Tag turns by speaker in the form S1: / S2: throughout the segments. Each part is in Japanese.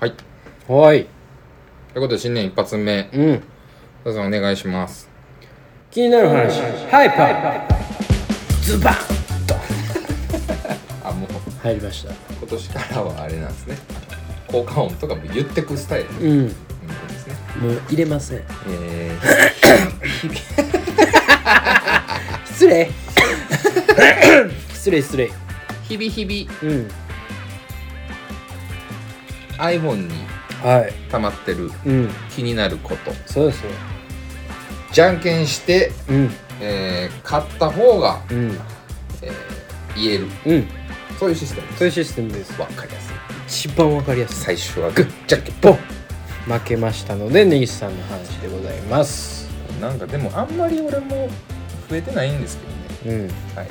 S1: はい。
S2: はい
S1: ということで、新年一発目、
S2: うん
S1: どうぞお願いします。
S2: 気になる話ハイパーズバン
S1: あ、もう、
S2: 入りました
S1: 今年からはあれなんですね。効果音とかも言ってくスタイルな
S2: うん
S1: んですね。
S2: もう入れません
S1: え
S2: 失礼失礼失礼
S1: ー、日々日々、
S2: うん
S1: iPhone に
S2: はい
S1: 溜まってる
S2: うん
S1: 気になること。
S2: そうですよ
S1: じゃんけんして、
S2: うん
S1: えー、買った方が、
S2: うん
S1: えー、言える。
S2: うん
S1: そういうシステムです
S2: そういうシステムです
S1: わかりやすい。
S2: 一番わかりやす
S1: 最
S2: い
S1: 初はグッ、じゃんけん、ポン
S2: 負けましたので根岸さんの話でございます
S1: なんかでも、あんまり俺も増えてないんですけどね。
S2: うん
S1: はい。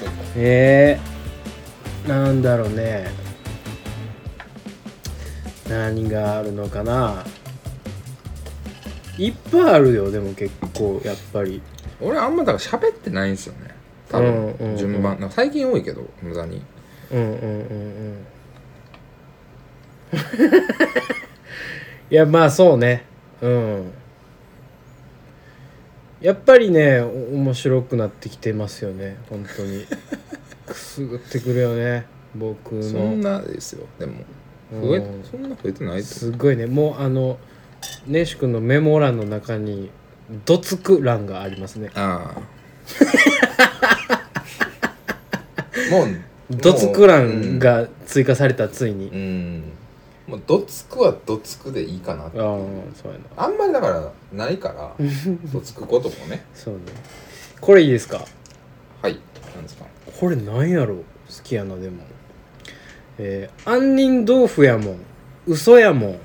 S1: どうぞ
S2: えー、なんだろうね何があるのかないっぱいあるよでも結構やっぱり
S1: 俺あんまだから喋ってないんですよね多分、
S2: うんうんうん
S1: 順番なんか最近多いけど無駄に
S2: うんうんうんうん いやまあそうねうんやっぱりねお面白くなってきてますよね本当にくすぐってくるよね僕の
S1: そんなですよでも増え、
S2: うん
S1: そんな増えてないと
S2: すごいねもうあのねし君のメモ欄の中に「どつく欄」がありますね
S1: あ あもう
S2: どつく欄
S1: も
S2: が追加されたついう
S1: う
S2: に
S1: ん、もうどつくはどつくでいいかなって
S2: ああそうやな
S1: あんまりだからないから どつくこともね
S2: そうねこれいいですか
S1: はいなんですか
S2: これなんやろ好きやなでもえー、杏仁豆腐やもん嘘やもん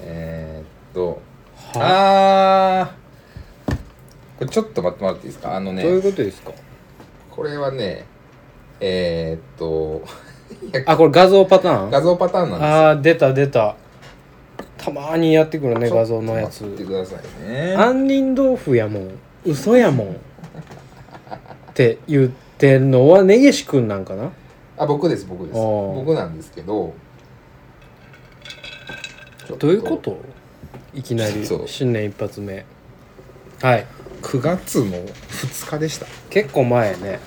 S1: えー、っと
S2: は
S1: あーこれちょっと待ってもらっていいですかあの
S2: どう
S1: ね
S2: いうことですか
S1: これはね、えー、っと、いや
S2: あこれ画像パターン
S1: 画像パターンなんで
S2: ああ出た出たたまーにやってくる
S1: す
S2: ね
S1: よ。
S2: 画像のや
S1: ちょっと待って
S2: つ
S1: くださいね。
S2: 杏仁豆腐やもん嘘やもんって言ってるのは根岸くんなんかな
S1: あ、僕です、僕です。
S2: あー
S1: 僕なんですけど、ちょっ
S2: どういうこといきなり
S1: そう
S2: 新年一発目はい
S1: ?9 月の2日でした。
S2: 結構前ね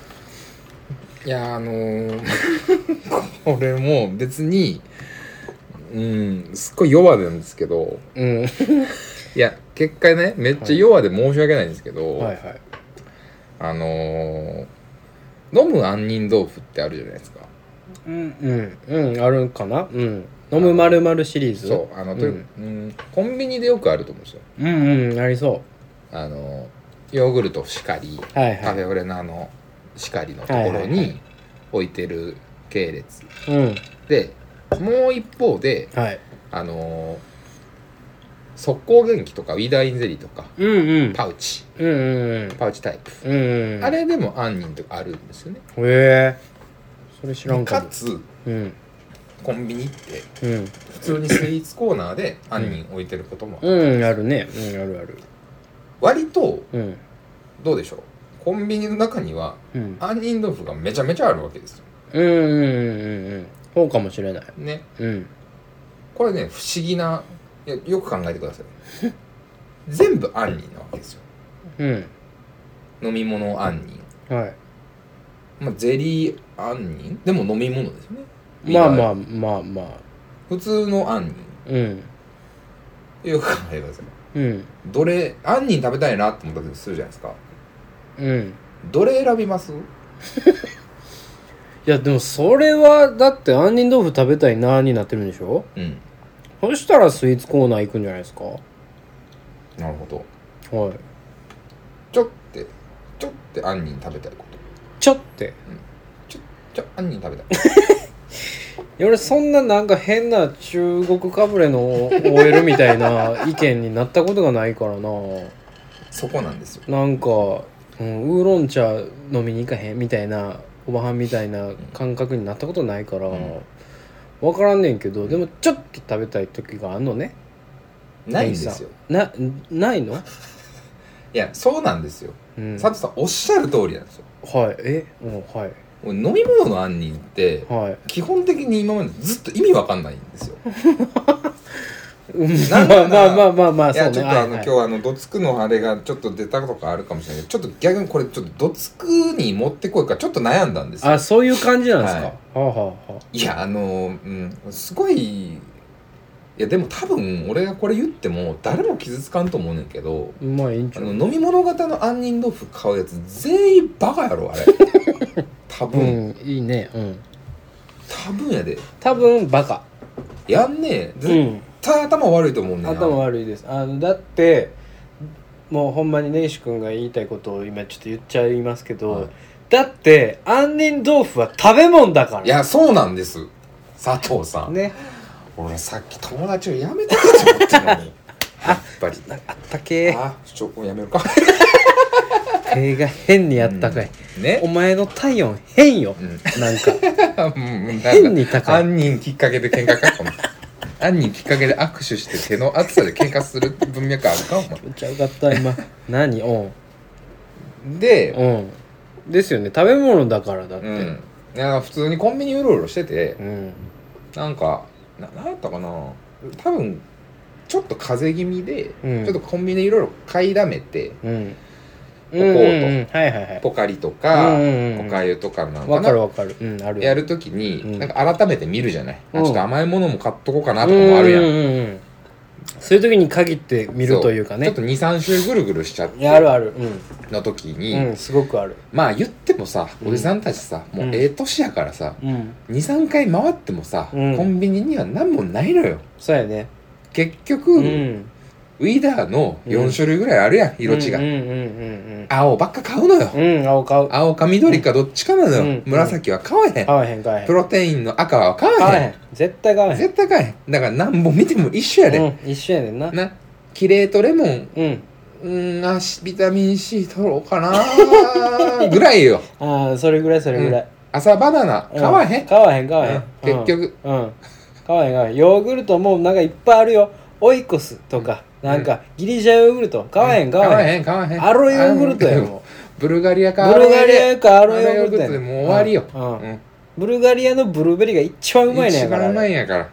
S1: いやー、あのー、 これもう別に、うん、すっごい弱なんですけど、
S2: うん
S1: いや、結果ね、めっちゃ弱で申し訳ないんですけど、
S2: はいはい
S1: あのー、飲む杏仁豆腐ってあるじゃないですか。
S2: うんうんうんあるかなうん飲むまるまるシリーズ
S1: そうあの、
S2: う、
S1: というんうんコンビニでよくあると思うんですよ
S2: うんうんありそ
S1: あのヨーグルトしかり
S2: うはい
S1: カフ
S2: は
S1: ェオレのあのしかりのとこ
S2: は
S1: ろ
S2: いはいは
S1: に置いてる系列
S2: いうん
S1: でもう一方で
S2: はい
S1: あの速攻元気とかウィダーインゼリーとか
S2: うんうん
S1: パウチ
S2: うんうん
S1: パウチタイプ、
S2: うんうんうん
S1: あれでも杏仁とかあるんですよね
S2: へえそれ知らんか
S1: か
S2: も
S1: つ
S2: うん
S1: コンビニって
S2: うん
S1: 普通にスイーツコーナーで杏仁置いてることもある、
S2: うんあるねうんあるある
S1: 割と
S2: うん
S1: どうでしょうコンビニの中には
S2: うん
S1: 杏仁豆腐がめちゃめちゃあるわけですよ
S2: うんうんうんうんうんそうかもしれない
S1: ね
S2: うん
S1: これね不思議ないやよく考えてください 全部杏仁なわけですよ
S2: うん
S1: 飲み物杏仁、
S2: は
S1: まあ、ゼリー杏仁でも飲み物ですよね
S2: いまあま
S1: あ
S2: あまあまあ
S1: 普通の杏
S2: うん
S1: 仁よく考えてください
S2: うん
S1: どれ杏仁食べたいなって思った時するじゃないですか
S2: うん
S1: どれ選びます
S2: いやでもそれはだって杏仁豆腐食べたいなーになってるんでしょ
S1: うん
S2: そしたらスイーツコーナー行くんじゃないですかは
S1: なるほど
S2: い
S1: ちょってちょって杏仁食べたいこと
S2: ちょって
S1: ちょちょ杏仁食べたい
S2: いや俺そんななんか変な中国かぶれの OL みたいな意見になったことがないからな
S1: そこなんですよ
S2: なんか、うん、ウーロン茶飲みに行かへんみたいなおばはんみたいな感覚になったことないから、
S1: ん
S2: わからんねんけどでもちょっと食べたい時があんのね
S1: ないんです よ
S2: なないの、
S1: いやそうなんですよ
S2: うん、
S1: 佐藤さんおっしゃる通りなんですよ
S2: はいえもうはい
S1: 俺飲み物の杏仁って
S2: はい
S1: 基本的に今までずっと意味わかんないんですよ。
S2: うん
S1: なん
S2: ま
S1: かな
S2: あまあまあまあまあ
S1: い
S2: そう
S1: や
S2: ね
S1: ちょっとあの、
S2: はいは
S1: 今
S2: い
S1: 日あのどつくのあれがちょっと出たとかあるかもしれないけどちょっと逆にこれちょっとどつくに持ってこいかちょっと悩んだんですよ。
S2: あそういう感じなんですか、
S1: はい
S2: はあ、はあはい
S1: やあのうんすごいいやでも多分俺がこれ言っても誰も傷つかんと思うねんけど
S2: あ、まあいいんち
S1: あ
S2: ゃう
S1: の飲み物型の杏仁豆腐買うやつ全員バカやろあれ 多
S2: う
S1: 分、
S2: ん、いいねうん
S1: 多分やで
S2: 多分バカ
S1: やんねえ
S2: う
S1: 絶
S2: ん
S1: 対頭悪いと思うねん
S2: 頭悪いですあのだってもうほんまに根岸君が言いたいことを今ちょっと言っちゃいますけど、
S1: はい
S2: だって杏仁豆腐は食べ物だから
S1: いやそうなんです佐藤さん、
S2: ね
S1: 俺さっき友達をやめたかと思った のにやっぱり
S2: あったけー
S1: あちょもうやめるか
S2: 手が変にあったかい、お
S1: ね
S2: 前の体温変よ、
S1: うん
S2: なんか変
S1: 変
S2: に高い
S1: 犯人きっかけで喧嘩かお前犯人きっかけで握手して手の熱さで喧嘩する文脈あるかお前
S2: めっちゃよかった今 何うん
S1: で
S2: うんですよね食べ物だからだって
S1: うんいや普通にコンビニうろうろしてて
S2: うん、
S1: なんかななんやったかな多分ちょっと風邪気味で、
S2: うん
S1: ちょっとコンビニでいろいろ買いだめて
S2: うん、
S1: こうと
S2: うんはいはいはい
S1: ポカリとか、
S2: うんうんうん
S1: おかゆとかなんか
S2: わかる
S1: な
S2: わかるうんある
S1: やるときに、
S2: うん
S1: なんか改めて見るじゃない、あ
S2: うん
S1: ちょっと甘いものも買っとこうかなとかもあるやん
S2: ううううんそういう時に限って見るというか
S1: ちょ
S2: ね
S1: っと23周ぐるぐるしちゃっ
S2: いやある
S1: て
S2: あるうん、
S1: の時に、
S2: うん、すごくある
S1: まあ言ってもさ
S2: うん
S1: おじさんたちさ、もううんええ年やからさ
S2: うん
S1: 23回回ってもさ、
S2: うん
S1: コンビニには何もないのよ
S2: そうやね
S1: 結局、
S2: うん
S1: ウィダーの
S2: うん
S1: 4種類ぐらいあるやん色違い、
S2: うんうんうん
S1: 青ばっか買うのよ、
S2: うんうんうん青買う
S1: 青か緑かどっちかなのよ、
S2: うん
S1: 紫は買わへん、
S2: 買わへん買わへん
S1: プロテインの赤は買わ
S2: 買わ
S1: へん
S2: へん絶対買わへん
S1: 絶対買わへんだから何本見ても一緒やで、
S2: うん、一緒やねんな
S1: なキレートレモン
S2: うん
S1: うーんあしビタミン C 取ろうか なぐらいよ
S2: ああそれぐらいそれぐらい、
S1: 朝バナナ
S2: うん
S1: 買わへん、
S2: 買わへん買わへん、
S1: うん結局
S2: うん、うん買わへん買わへんヨーグルトもなんかいっぱいあるよオイコスとか、
S1: うん
S2: なんかギリシャヨーグルト買わへん買わへん、
S1: ん買わへん
S2: アロエヨーグルトやもん
S1: ブルガリアか
S2: ブルガリアかア
S1: ア
S2: ロ
S1: ロ
S2: エ
S1: エ
S2: ヨ
S1: ヨー
S2: ーグ
S1: グ
S2: ル
S1: ル
S2: ト
S1: トで
S2: やねん
S1: もう終わりよ、
S2: うんうん
S1: ん
S2: ブルガリアのブルーベリーが一番うまいねんや
S1: 一
S2: から
S1: 番うまいんやから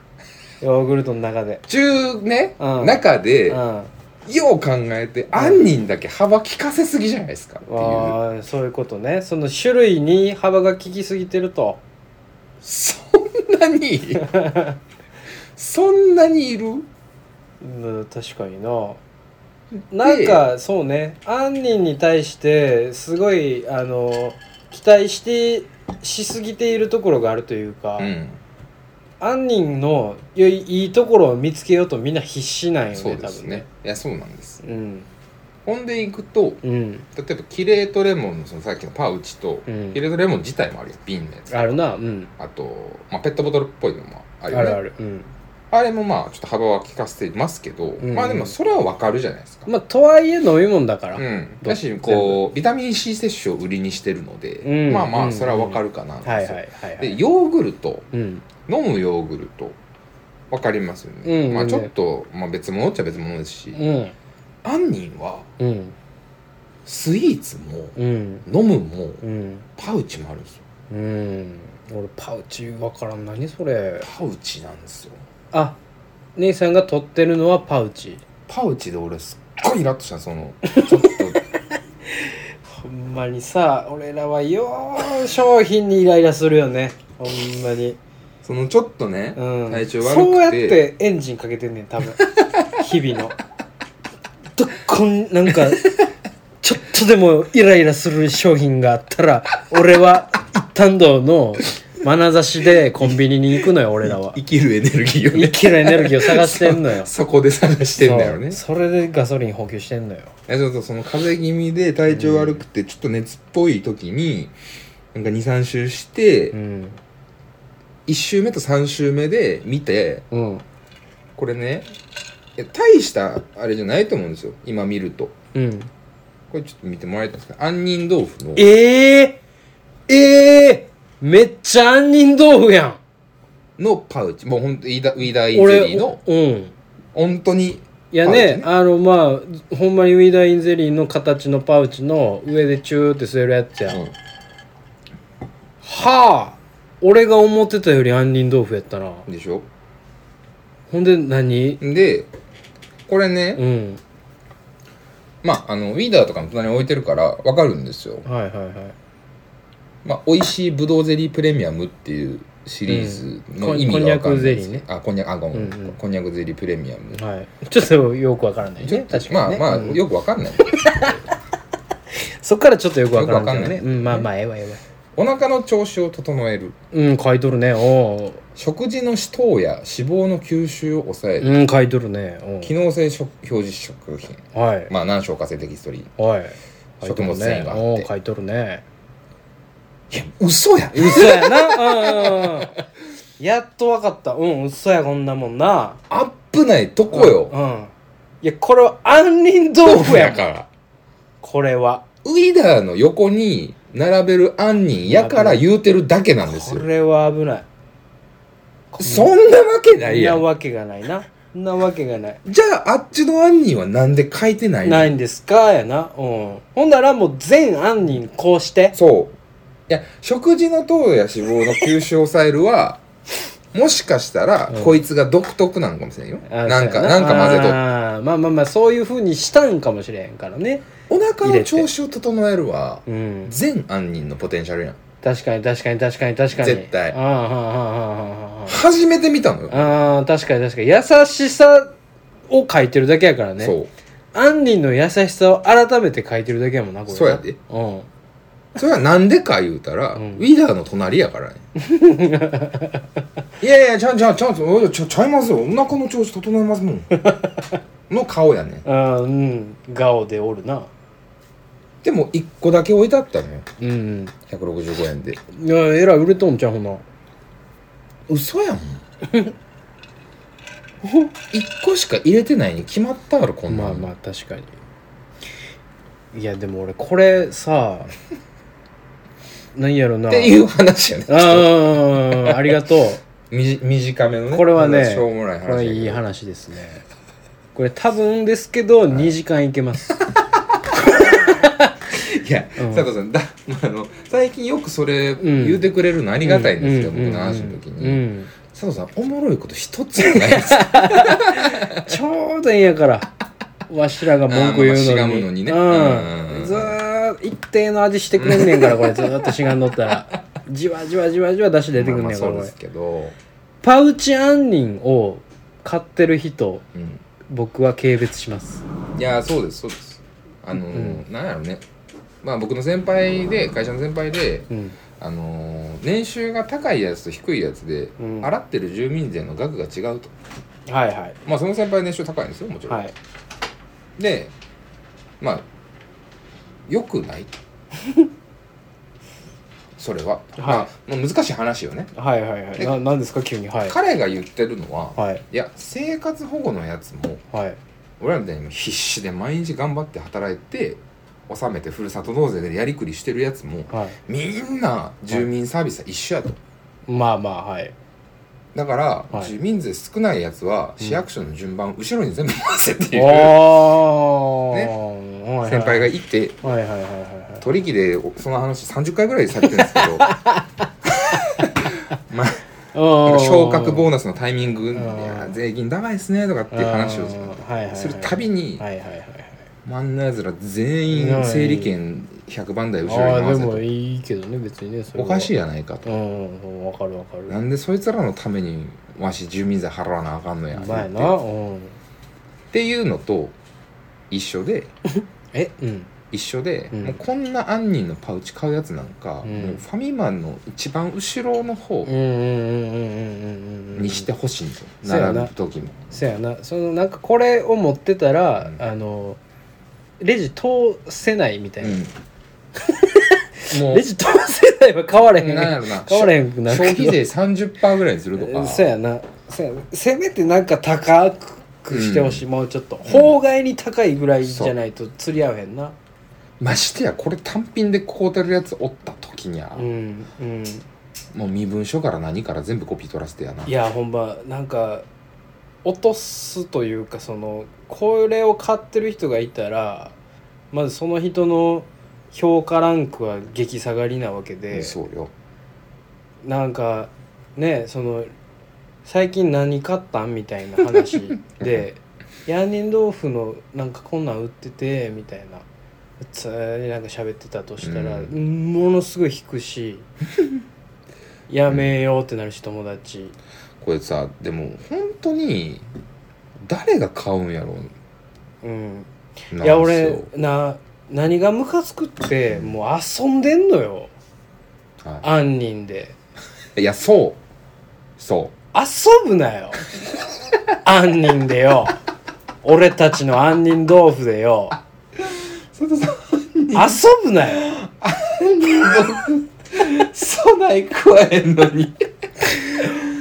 S2: ヨーグルトの中で
S1: 中ね、
S2: うん
S1: 中で、
S2: うんわ
S1: よう考えて杏仁だけ幅利かせすぎじゃないですかっていう、
S2: あそういうことねその種類に幅が利きすぎてると
S1: そんなにそんなにいる
S2: うん確かにななんかそうね杏仁に対してすごいあの期待してしすぎているところがあるというか、
S1: うん
S2: 杏仁のよいいいところを見つけようとみんな必死なんよね
S1: そうですね
S2: 多
S1: いやそうなんです
S2: 分ね
S1: ほんでいくと
S2: うんうん
S1: 例えばキレートレモンのそのさっきのパウチと、
S2: うん
S1: キレートレモン自体もあるよ瓶のやつ
S2: あるなうん
S1: あと、まあ、ペットボトルっぽいのもあ
S2: あ
S1: るよね
S2: るあるうん
S1: あれもまあちょっと幅は利かせてますけど、
S2: んうん
S1: まあでもそれはわかるじゃないですか。
S2: まあとはいえ飲み物だから、
S1: うん、
S2: ど
S1: だしこうビタミン C 摂取を売りにしてるので、
S2: うん
S1: まあま
S2: う
S1: あ
S2: ん
S1: それはわかるかなと、
S2: はいはいはいはい
S1: でヨーグルト
S2: うん
S1: 飲むヨーグルトわかりますよね、
S2: うん
S1: まあちょっと、まあ、別物っちゃ別物ですし、
S2: うん
S1: 杏仁は
S2: うん
S1: スイーツも
S2: うん
S1: 飲むも
S2: うん
S1: パウチもあるんですよ
S2: うん俺パウチわからん何それ
S1: パウチなんですよ
S2: あ姉さんが取ってるのはパウチ
S1: パウチで俺すっごいイラッとしたそのちょっ と
S2: ほんまにさ俺らはよう商品にイライラするよねほんまに、
S1: そのちょっとね、
S2: うん、
S1: 体調悪くて
S2: そうやってエンジンかけてんねん多 分日々のどっこんなんかちょっとでもイライラする商品があったら俺は一旦道の眼差しでコンビニに行くのよ俺らは
S1: 生きるエネルギーをね
S2: 生きるエネルギーを探してんのよ
S1: そこで探してんだよね
S2: そうそれでガソリン補給してんのよ
S1: えちょっとその風邪気味で体調悪くてちょっと熱っぽい時に、なんか23週して、
S2: うん
S1: 1週目と3週目で見て
S2: うん
S1: これねいや大したあれじゃないと思うんですよ今見ると
S2: うん
S1: これちょっと見てもらいたいんですけど杏仁豆腐の
S2: ええええめっちゃ杏仁豆腐やん
S1: のパウチもうほんとウィダウィダーインゼリ
S2: 俺
S1: ーの
S2: うん
S1: 本当に
S2: いや
S1: パウチ
S2: ね
S1: ね
S2: あのまあほんまにウィダーインゼリーの形のパウチの上でチューって吸えるやつや、
S1: うん
S2: はあ俺が思ってたより杏仁豆腐やったな
S1: でしょ
S2: ほんで何
S1: でこれね、
S2: うん
S1: まああのウィーダーとかの隣に置いてるからわかるんですよ、
S2: はいはいはい
S1: まあ、美味しいぶどうゼリープレミアムっていうシリーズの
S2: うん
S1: 意味がわかんないです
S2: こんにゃくゼリーね
S1: あこんにゃくあごめん、
S2: うんうん
S1: こんにゃくゼリープレミアム
S2: はい、ちょっとよくわからない
S1: ちょ
S2: ね
S1: っと
S2: 確かに、ね、
S1: まあまあ、
S2: うん
S1: よくわかんない
S2: そっからちょっとよくわからんけど
S1: よくわ
S2: ね
S1: かん
S2: う
S1: ない
S2: んまあまあええわええわ
S1: お腹の調子を整える
S2: うん買い取るねおう
S1: 食事の死闘や脂肪の吸収を抑える、
S2: うん買い取るねおう
S1: 機能性食表示食品
S2: はい
S1: まあ難消化性デキストリン
S2: はい
S1: 食物繊維があって
S2: おう買い取るね
S1: いや嘘や
S2: 嘘や なうんやっとわかったうん嘘やこんなもんな
S1: あっぶないとこよ
S2: うんいやこれは杏仁豆腐や
S1: や
S2: か
S1: からら
S2: これは
S1: ウィダーの横に並べる杏仁やから言うてるだけなんです
S2: こ
S1: よ
S2: れは危ない
S1: そんなわけないや
S2: そん
S1: ん
S2: なわけがないなそんなわけがない
S1: じゃああっちの杏仁はなんで書いてないの
S2: ないんですかやなうんほんならもう全杏仁こうして
S1: そういや食事の糖や脂肪の吸収を抑えるはもしかしたら、
S2: うん
S1: こいつが独特なのかもしれんよ
S2: あ
S1: なんか
S2: そう
S1: な
S2: や
S1: んか混ぜとる
S2: あーまあまあまあそういうふうにしたんかもしれんからね
S1: お腹の調子を整えるは
S2: うん
S1: 全杏仁のポテンシャルやん
S2: 確かに確かに確かに確かに
S1: 絶対
S2: あーはーはーはーはーはー
S1: 初めて見たのよ、
S2: あー確かに確かに優しさを書いてるだけやからね
S1: そう
S2: 杏仁の優しさを改めて書いてるだけやもんなこれな
S1: そうやで
S2: うん
S1: それはなんでか言うたら、
S2: うん
S1: ウィダーの隣やからねいやいやちゃんちゃんちゃんちゃちゃちゃいますよお腹の調子整えますもんの顔やね
S2: あーうん顔でおるな
S1: でも1個だけ置いてあったのよ
S2: うん
S1: 165円で
S2: いやえらい売れとんちゃうほんな
S1: 嘘やん1個しか入れてないに決まったやろこんな
S2: まあ
S1: ん
S2: まあ確かにいやでも俺これさなんやろな
S1: っていう話やね
S2: あーありが とう
S1: みじ短めのね
S2: これはね
S1: しょうもない話
S2: こ
S1: やけど
S2: れいい話ですねこれ多分ですけど2時間いけます
S1: いや、
S2: うん
S1: 佐藤さんだあの最近よくそれ言うてくれるのありがたいんですけど、
S2: う
S1: 僕
S2: ん
S1: の話の時に、
S2: うん
S1: 佐藤さんおもろいこと一つもないです
S2: ちょうどええんやからわしらが文句言
S1: あーまあまあし
S2: うのに
S1: がむのにね
S2: う
S1: うん
S2: ん、ずーっと一定の味してくれんねんからこれずーっとしがんどったらじわじわじわじわ出汁出てくん
S1: まあま
S2: ね
S1: あ
S2: んか
S1: そ
S2: ら
S1: う
S2: こ
S1: で
S2: れ
S1: すけど、
S2: パウチ杏仁を買ってる人
S1: うん、
S2: 僕は軽蔑します
S1: いやそうですそうですあのーなんやろねまあ僕の先輩で会社の先輩で
S2: うん
S1: あのー年収が高いやつと低いやつで、
S2: うん
S1: 払ってる住民税の額が違うと
S2: はいはい
S1: まあその先輩年収高いんですよもちろん、
S2: はい
S1: でまあよくない それは、まあまあ難しい話よね
S2: はいはいはい
S1: え
S2: ななんですか急にはい
S1: 彼が言ってるのは、
S2: はい
S1: いや生活保護のやつも
S2: はい
S1: 俺らみたいに必死で毎日頑張って働いて納めてふるさと納税でやりくりしてるやつも
S2: は
S1: みんな住民サービスは一緒やと、
S2: いまあまあはい
S1: だから、
S2: はい
S1: 住民税少ないやつは市役所の順番、後ろに全部回せっていう
S2: お
S1: ね
S2: ー
S1: 先輩が
S2: はい
S1: 言って
S2: はいはいはいはい
S1: 取り木でその話30回ぐらいされてるんですけど まあなんか
S2: はい
S1: 昇格ボーナスのタイミングい
S2: ん
S1: や税金高いですねとかっていう話を
S2: を
S1: するたびに
S2: はいはいはいはい
S1: あんなやつら全
S2: う
S1: 員
S2: ん
S1: 整理券100番台後ろに
S2: あ
S1: 回
S2: あー
S1: せ
S2: でも
S1: と
S2: いいけどね別にねそれ
S1: お
S2: は
S1: かしいやないか
S2: う
S1: と
S2: んうんわかるわかる
S1: なんでそいつらのためにわし住民税払わなあかんのや
S2: まあや
S1: 言
S2: な
S1: ってっ
S2: うん
S1: ていうのと一緒で
S2: えうん
S1: 一緒で、
S2: うん
S1: もうこんな杏仁のパウチ買うやつなんか、
S2: うん
S1: もうファミマの一番後ろの方
S2: うんうんうんうんうんうんうん
S1: にしてほしいんですよ、
S2: うん
S1: 並ぶ時も
S2: そやなそのなんかこれを持ってたら、
S1: うん
S2: あのレジ通せないみたいな、
S1: うんもう
S2: レジ通せないは変われへん
S1: なんやろな
S2: 変われへんくなる
S1: 消費税30%ぐらいにするとか
S2: そやなそやなせめてなんか高くしてほしい、もうちょっと法外に高いぐらいじゃないと釣り合わへんな
S1: ましてやこれ単品で買うてるやつおった時にゃ、
S2: うんうん
S1: もう身分証から何から全部コピー取らせてやない
S2: やほんまなんか落とすというかそのこれを買ってる人がいたらまずその人の評価ランクは激下がりなわけで
S1: そうよ
S2: なんかねその最近何買ったんみたいな話でヤーニン豆腐のなんかこんなん売っててみたいな普通になんか喋ってたとしたら、
S1: う
S2: ものすごい引くしやめようってなるし友達
S1: これさでも本当に誰が買うんやろ
S2: うん
S1: う
S2: いや
S1: なんです
S2: 俺
S1: よ
S2: な何がムカつくってもう遊んでんのよ
S1: は
S2: 杏仁で
S1: い、いやそうそ
S2: 遊ぶなよ杏仁でよ俺たちの杏仁豆腐でよ
S1: うそれとさ
S2: 遊ぶなよ
S1: そない食わへんのに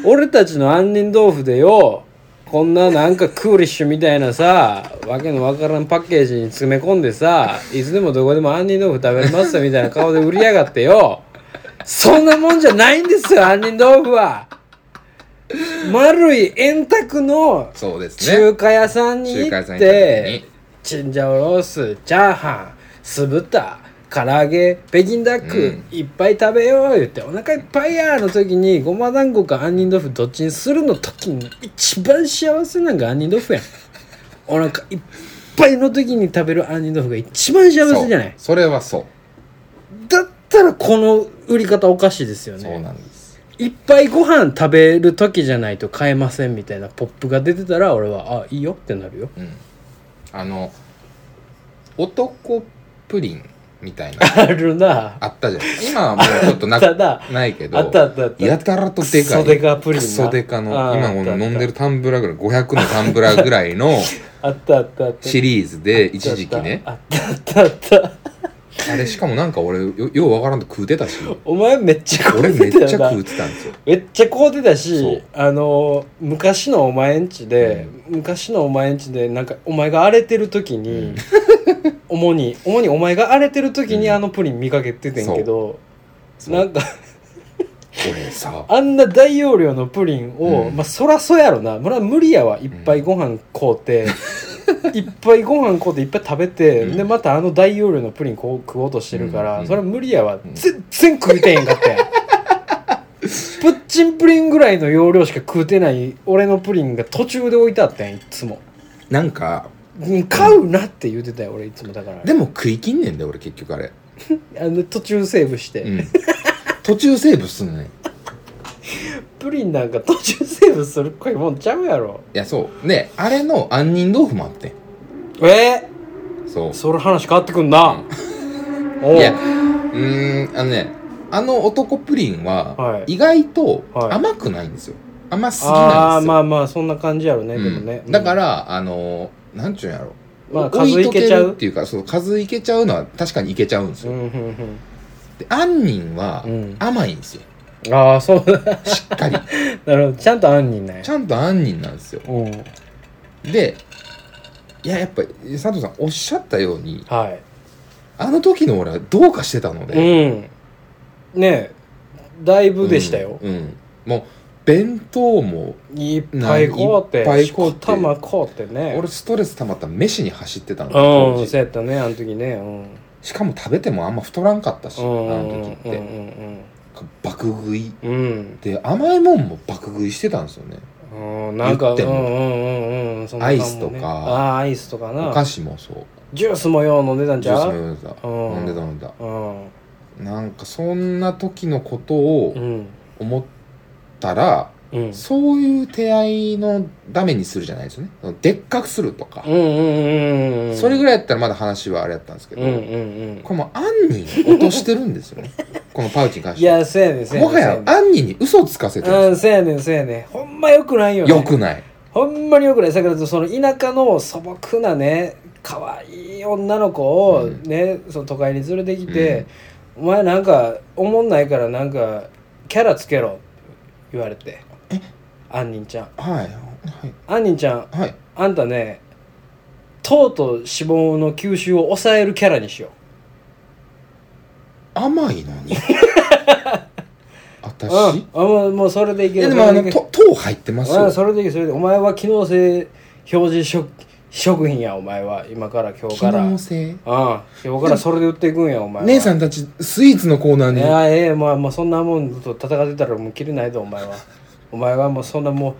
S2: 俺たちの杏仁豆腐でよこんななんかクーリッシュみたいなさわけのわからんパッケージに詰め込んでさいつでもどこでも杏仁豆腐食べれますよみたいな顔で売りやがってよそんなもんじゃないんですよ杏仁豆腐は丸い円卓の
S1: そうですね
S2: 中華屋さんに
S1: 中華
S2: 行
S1: 屋さん
S2: っ
S1: 行った時
S2: て
S1: に
S2: チンジャオロースチャーハン酢豚唐揚げ北京ダック、いっぱい食べよう言ってお腹いっぱいやの時にごま団子か杏仁豆腐どっちにするの時に一番幸せなのが杏仁 豆腐やんお腹いっぱいの時に食べる杏仁豆腐が一番幸せじゃない
S1: そうそれはそう、
S2: だったらこの売り方おかしいですよ
S1: そう
S2: ね
S1: なんです
S2: いっぱいご飯食べる時じゃないと買えませんみたいなポップが出てたら俺はあいいよってなるよ
S1: うんあの男プリンみたいな
S2: あるな
S1: あったじゃん今はもうちょっとな
S2: ただ
S1: ないけど
S2: あったあったあった
S1: やたらとでかい
S2: クソデカプリン
S1: ク
S2: な
S1: ソデカの
S2: あー
S1: 今こ
S2: あったあった
S1: の飲んでるタンブラーぐらい500のタンブラーぐらいの
S2: あったあったあった
S1: シリーズで一時期ね
S2: あったあったあった
S1: あれしかもなんか俺よようわからんと食うてたし
S2: お前めっちゃ
S1: 俺
S2: う
S1: め
S2: て
S1: ったちゃ
S2: よな
S1: 食うてたんですよ
S2: めっちゃこうてた
S1: そ
S2: し
S1: う
S2: あの昔のお前んちで、昔のお前んちでなんかお前が荒れてる時に、 主に主にお前が荒れてる時に
S1: うん
S2: あのプリン見かけててんけど、
S1: そう
S2: なんか
S1: 俺さ
S2: あんな大容量のプリン
S1: う
S2: を、
S1: ん
S2: まあそらそうやろな、まあ、無理やわいっぱいご飯買う て、いっぱいご飯買うていっぱい食べて、
S1: うん
S2: でまたあの大容量のプリンこう食おうとしてるから、
S1: うん
S2: それは無理やわ、
S1: ん
S2: 全然食うてへん かったやんプッチンプリンぐらいの容量しか食うてない俺のプリンが途中で置いてあったやんいっつも
S1: なんか
S2: うん買うなって言うてたよ俺いつもだから
S1: でも食いきんねんで俺結局あれ、
S2: あの途中セーブして、
S1: うん、途中セーブすんねんい
S2: プリンなんか途中セーブするっこいもんちゃうやろ
S1: やそうであれの杏仁豆腐もあって
S2: えー
S1: んそう
S2: それ話変わってくんな。おう
S1: いやうーんあのねあの男プリン
S2: は
S1: はい意外と
S2: はい
S1: 甘くないんですよ、甘すぎ
S2: あ
S1: ない
S2: あ
S1: んです
S2: ま
S1: よ、
S2: あまあそんな感じやろね、
S1: うん
S2: でもね。
S1: だかららあのーなんちゅうんやろ
S2: まあ
S1: 置いと
S2: 数いけちゃう
S1: っていうかそう数いけちゃうのは確かにいけちゃうんです
S2: う
S1: よ、
S2: んうん
S1: で杏仁は
S2: うん
S1: 甘いんですよ、
S2: うん。ああそうだ。
S1: しっか り
S2: なるほどちゃんと杏仁ね
S1: ち。ゃんと杏仁なんですよ
S2: うん
S1: でいややっぱり佐藤さんおっしゃったように
S2: は
S1: あの時の俺はどうかしてたの
S2: い。
S1: で、
S2: うん。ねえだいぶでしたよ。
S1: うん、うんもう弁当も
S2: いっぱいこうって。
S1: いっぱい買うて
S2: たまこうってね。
S1: 俺ストレス溜まったら飯に走ってたの当
S2: うん
S1: 時
S2: そうやったねあの時ね。うん。
S1: しかも食べてもあんま太らんかったしあ
S2: うん
S1: の時って、
S2: うん
S1: 爆食い
S2: うんうんうん。
S1: で甘いもんも爆食いしてたんですよね
S2: うん。うんなんかうんう
S1: 言
S2: ん
S1: っても
S2: うんうんそんな感じもね
S1: アイスとか
S2: ああアイスとか
S1: お
S2: な
S1: 菓子もそう
S2: ジュースもよう飲んでたん
S1: ジ
S2: ち
S1: ュー
S2: ゃ
S1: スも
S2: う
S1: 飲んでた
S2: うん
S1: 飲んでた飲んで
S2: う
S1: た
S2: ん
S1: なんかそんな時のこと
S2: う
S1: を
S2: ん
S1: 思ったら、
S2: うんうん
S1: そういう手合いのダメにするじゃないですよねでっかくするとか、
S2: うんうんうん
S1: それぐら
S2: らい
S1: いやったらまだ話はあれやったんですけど、
S2: うんうんうん
S1: これもう杏仁落としてるんですよ ねこのパウチに関し
S2: い
S1: ては
S2: やそうやねんそうやねん
S1: もはや杏仁に嘘をつかせて
S2: そう
S1: るん
S2: やねんう
S1: で
S2: ん
S1: す
S2: そうやねんそうやねんほんまよくないよ
S1: よ
S2: ね
S1: よくない
S2: ほんまによくないさくらとその田舎の素朴なね可愛い女の子を
S1: うん
S2: ね、その都会に連れてきて、お前なんかおもんないからなんかキャラつけろ言われてあんにんちゃん
S1: はいはい
S2: あんにんちゃん
S1: はい
S2: あんたね糖と脂肪の吸収を抑えるキャラにしよう
S1: 甘いの に
S2: う
S1: 私
S2: ん、あもうもうそれでい
S1: い
S2: け
S1: や
S2: る
S1: でもあ
S2: それ
S1: の
S2: でいける
S1: と糖入ってます
S2: うん
S1: よ
S2: それでいいそれでお前は機能性表示食食品やお前は今から今日
S1: 機
S2: からあ
S1: 能性
S2: あ今日からそれで売っていくんやお前は
S1: 姉さんたちスイーツのコーナー
S2: い
S1: に
S2: やええまあまあそんなもんと戦ってたらもう切れないぞお前はお前はもうそんなもう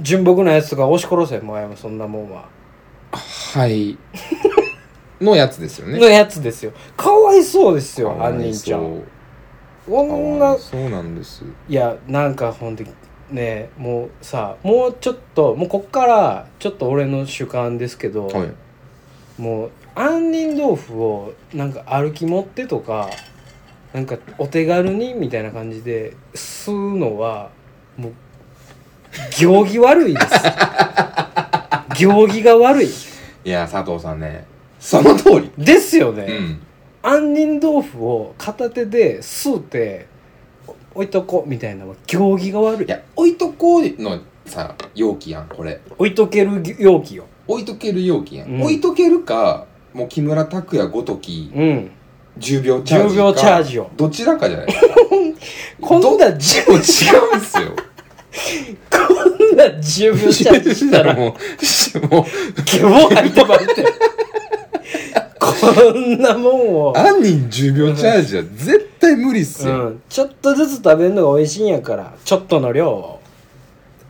S2: 純朴なやつとか押し殺せお前はそんなもんは、
S1: はいのやつですよ
S2: の
S1: ね
S2: やつですよかわいそうですよ
S1: あ
S2: 犯人ちゃんこ
S1: そうんかわ
S2: ない
S1: そうなんです
S2: いやなんかほんとねもうさもうちょっともうこっからちょっと俺の主観ですけど、
S1: はい
S2: もう杏仁豆腐をなんか歩き持ってとかなんかお手軽にみたいな感じで吸うのはもう行儀悪い です行儀が悪い
S1: いや佐藤さんねその通り
S2: ですよね、
S1: うん
S2: 杏仁豆腐を片手で吸うて置いとこうみたいなのは行儀が悪い
S1: いや置いとこうのさ容器やんこれ
S2: 置いとける容器よ
S1: 置いとける容器やん、
S2: うん
S1: 置いとけるかもう木村拓哉ごとき
S2: うん
S1: 10秒チャージか
S2: 10秒チャージを
S1: どちらかじゃない
S2: こんなじ
S1: どっちも違うんですよ
S2: こんな10秒チャージした ら
S1: もうもう
S2: ゲボ入ってまって。こんなもんを、
S1: 杏仁10秒チャージは絶対無理っす
S2: う
S1: よ、だか
S2: ん、ちょっとずつ食べるのが美味しいんやから、ちょっとの量を。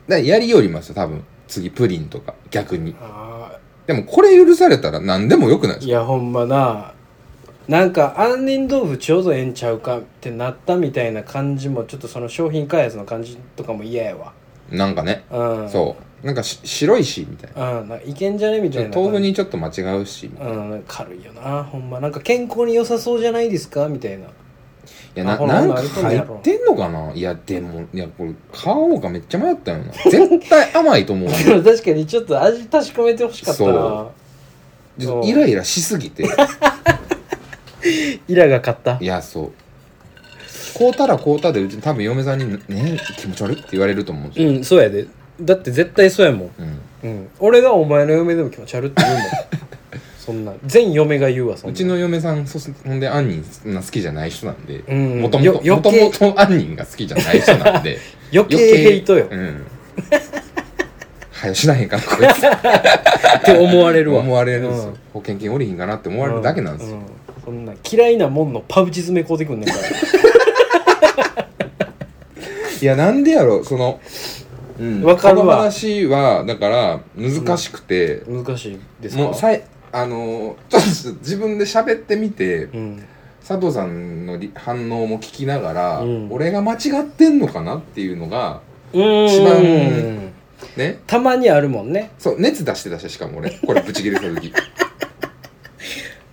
S1: らやりよりますよ多分次プリンとか逆に
S2: あ
S1: でもこれ許されたら何でもよくない
S2: ー
S1: です
S2: い
S1: か
S2: や、ほんまな。なんか、杏仁豆腐ちょうどええんちゃうかってなったみたいな感じも、ちょっとその商品開発の感じとかも嫌やわ。
S1: なんかね、
S2: うん。
S1: そうなんかし白いしみたいな
S2: う。うん、なんかいけんじゃねみたいな。
S1: 豆腐。にちょっと間違うし、い
S2: うん、軽いよな、ほんま。なんか健康に良さそうじゃないですかみたいな。
S1: やな
S2: あほら
S1: なん
S2: ほ
S1: から入ってんのかないやでもいやこれ買おうかめっちゃ迷ったよな絶対甘いと思う
S2: でも 確かにちょっと味確かめてほしかったな
S1: そ。ちょっとイライラしすぎ て
S2: イラが勝った
S1: い。やそう買うたら買うたでうち多分嫁さんに「ね気持ち悪い」って言われると思うんですよ、
S2: うん、そうやで。だって絶対そうやもん。
S1: うん
S2: うん。俺がお前の嫁でも気持ち悪いって言うん だよ。そんな。全嫁が言うわ、そん
S1: う
S2: な。
S1: ちの嫁さんそすほんで杏仁そんな好きじゃない人なんで
S2: うん
S1: もとも
S2: よ
S1: と
S2: 余
S1: もと
S2: 計
S1: もと杏仁が好きじゃない人なんで
S2: 余計ヘイトよ。
S1: うん早しなへんかなこいつ
S2: って思われるわ。
S1: 思われるんですよ、
S2: うん
S1: 保険金おりひんかなって思われるだけなんですよ、
S2: ううそんな嫌いなもんのパウチ詰めこうてくんねんから。
S1: いやなんでやろその、うん
S2: わかるわ
S1: この話はだから難しくて、
S2: 難しいですか
S1: もうさいあの ーちょっと自分で喋ってみて
S2: うん。
S1: 佐藤さんのり反応も聞きながら、
S2: うん
S1: 俺が間違ってんのかなっていうのが
S2: 一
S1: 番。ね
S2: たまにあるもんね。
S1: そう熱出してたししかも俺これブチ切れた 時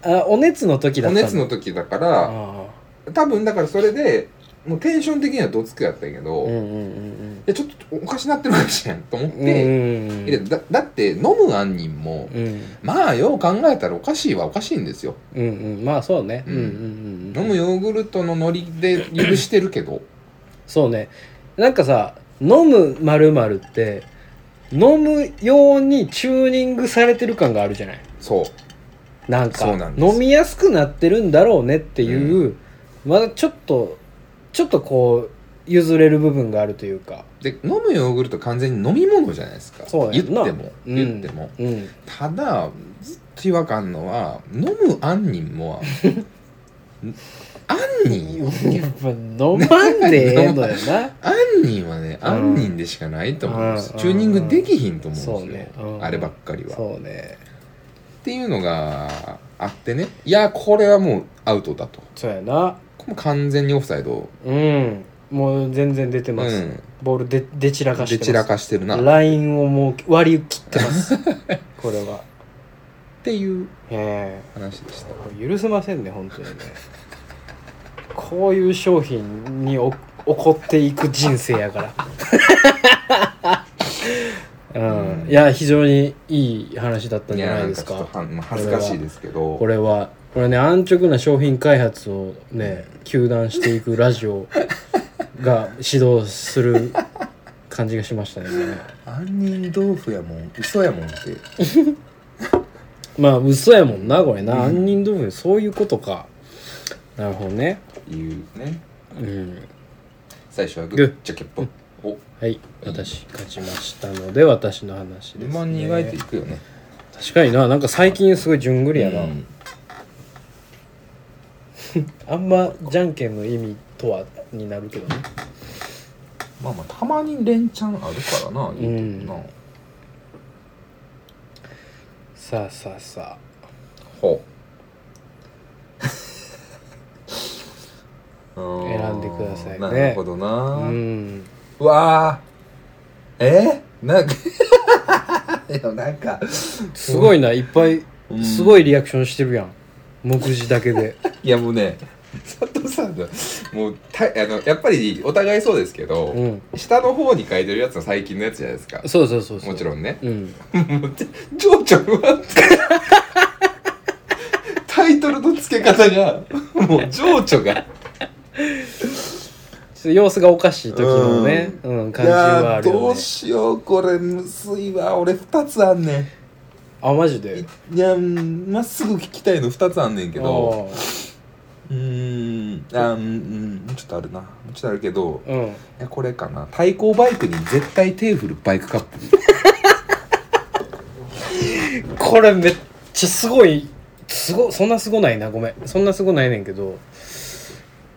S2: あ、お熱の時だ
S1: お
S2: ったんだ。
S1: 熱の時だから
S2: あ
S1: 多分だからそれでもうテンション的にはどつくやったんやけ
S2: あ。
S1: ど、
S2: うん
S1: い
S2: うんうん
S1: やちょっとおかしなってるかもしれんと思っ
S2: うん。うん
S1: て、
S2: うんうん
S1: いやだだって飲む杏仁も、
S2: うん。
S1: まあよう考えたらおかしいはおかしいんですよ
S2: うんうんまあそうね、う、
S1: うんん
S2: うんうんうん
S1: 飲むヨーグルトのノリで許してるけど
S2: そうねなんかさ飲むまるまるって飲むようにチューニングされてる感があるじゃない
S1: そう
S2: なんか
S1: そうなんです
S2: 飲みやすくなってるんだろうねっていう、まだちょっとちょっとこう譲れる部分があるというか
S1: で飲むヨーグルト完全に飲み物じゃないですか
S2: そうや
S1: 言っ
S2: ん
S1: て
S2: な
S1: も、
S2: うん
S1: 言っても
S2: うん
S1: ただずっと違和感のは飲む杏仁 もん杏仁よ
S2: やっぱ飲まんでええの よな
S1: 杏仁はね
S2: うん
S1: 杏仁でしかないと思うんです
S2: うん
S1: チューニングできひんと思
S2: そう
S1: うんですよ
S2: ね、うん
S1: あればっかりはっ
S2: そうね
S1: ていうのがあってねいやこれはもうアウトだと
S2: そうやな
S1: これも完全にオフサイド
S2: うんもう全然出てます、
S1: うん
S2: ボールでで散らかして
S1: で
S2: ます
S1: 散らかしてるなっ
S2: ラインをもう割り切ってます これは
S1: ていう
S2: え
S1: 話でした
S2: え許せませんね本当にねこういう商品にお怒っていく人生やから うん、
S1: うん
S2: いや非常にいい話だったんじゃないですか
S1: やなんかちょっとはまあ恥ずかしいですけど
S2: これはこれね安直な商品開発をね糾弾していくラジオが指導する感じがしましたね今ね
S1: 杏仁豆腐やもん嘘やもんって
S2: まあ嘘やもんなこれな、
S1: うん
S2: 杏仁豆腐そういうことかなるほどね
S1: いうね
S2: うん
S1: 最初はグ
S2: グ
S1: ッ
S2: ッ
S1: チョキッポお
S2: はい私勝ちましたので私の話です、ね、
S1: 2万人意外といくよね
S2: 確かにななんか最近すごいじゅんぐりやな、
S1: うん
S2: あんまじゃんけんの意味とはになるけどね
S1: まあまあたまに連チャンあるからな、
S2: ん
S1: 言うとな
S2: さあさあさ
S1: ほ う
S2: 選んでくださいね
S1: なるほどな、
S2: あう
S1: うんわーえなんか いやなんか
S2: すごいないっぱい
S1: うん
S2: すごいリアクションしてるやん目次だけで
S1: いやもうね佐藤さんのもうたあのやっぱりお互いそうですけど、
S2: うん
S1: 下の方に書いてるやつは最近のやつじゃないですか
S2: そうそうそうそう
S1: もちろんね
S2: うん
S1: もう情緒不安定タイトルの付け方がもう情緒が
S2: ちょっと様子がおかしい時のね、うん感じはある
S1: いやど
S2: よ
S1: う
S2: ね
S1: しようこれむずいわ俺2つあんね
S2: あマジで
S1: んいやうんまっすぐ聞きたいの2つあんねんけど
S2: あ
S1: うーんあーうんうんちょっとあるなちょっとあるけど
S2: あうん
S1: いやこれかな対抗バイクに絶対手振るバイクカップ
S2: これめっちゃすごいすごそんなすごないなごめんそんなすごないねんけど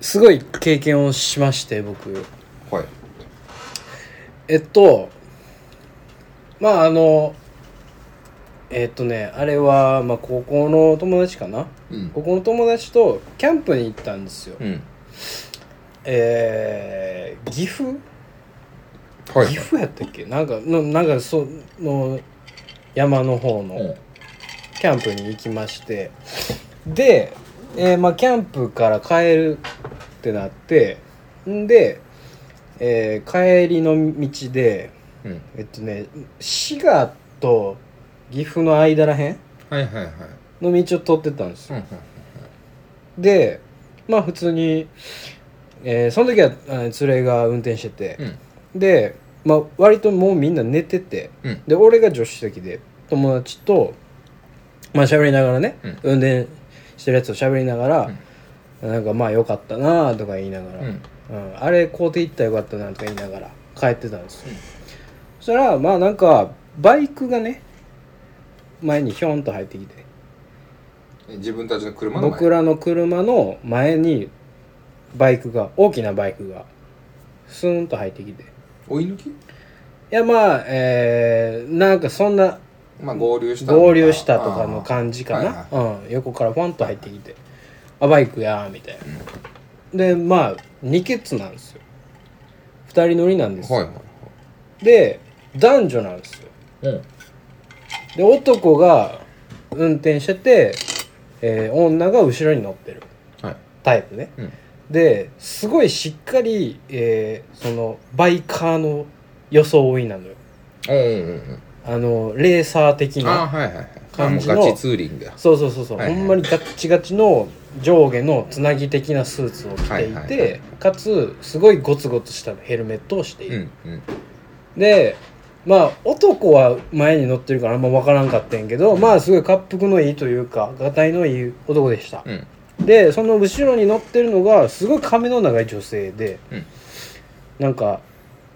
S2: すごい経験をしまして僕
S1: はい
S2: えっとまああのえっとねあれは、まあ、高校の友達かな
S1: うん
S2: 高校の友達とキャンプに行ったんですよ
S1: うん
S2: えー、岐阜
S1: はい
S2: 岐阜やったっけなんかのなんかその山の方の、
S1: うん
S2: キャンプに行きましてで、えーまあ、キャンプから帰るってなってんで、えー帰りの道で
S1: うん
S2: えっとね滋賀と岐阜の間らへん
S1: はいはいはい
S2: の道を通ってたんです
S1: うん
S2: よ、
S1: うん
S2: でまあ普通に、えーその時はあの連れが運転してて、で、まあ、割ともうみんな寝てて
S1: うん
S2: で俺が助手席で友達とまあ喋りながらね、
S1: うん
S2: 運転してるやつと喋りながら、なんかまあ良かったなとか言いながら、
S1: うんうん
S2: うんあれ買うて行ったらよかったなとか言いながら帰ってたんですよ、そしたらまあなんかバイクがね前にひょんと入ってきて
S1: 自分たちの車の前
S2: 僕らの車の前にバイクが大きなバイクがスーンと入ってきてい
S1: 追い抜き
S2: やまあえー、なんかそんな
S1: まあ合流したのか
S2: 合流したとかの感じかな
S1: あ、
S2: うん、横からファンと入ってきて「あバイクや」みたいなでまあ二ケツなんですよ二人乗りなんです
S1: ー
S2: よ、
S1: はいはい
S2: で男女なんですよ
S1: うん
S2: で男が運転してて、えー女が後ろに乗ってる
S1: はい
S2: タイプね
S1: うん
S2: ですごいしっかり、えーそのバイカーの装いなのよ
S1: うんうんうん
S2: あのレーサー的
S1: あ
S2: な
S1: はいはいはい
S2: 感じの
S1: あもうガチツーリングや
S2: そうそうそうそう、
S1: はいはい
S2: ほんまにガッチガチの上下のつなぎ的なスーツを着ていて、
S1: はいはいはい
S2: かつすごいゴツゴツしたヘルメットをしている、
S1: うんうん
S2: でまあ男は前に乗ってるからあんま分からんかったんやけど、まあすごい恰幅のいいというかがたいのいい男でした、
S1: うん
S2: でその後ろに乗ってるのがすごい髪の長い女性で、
S1: うん
S2: なんか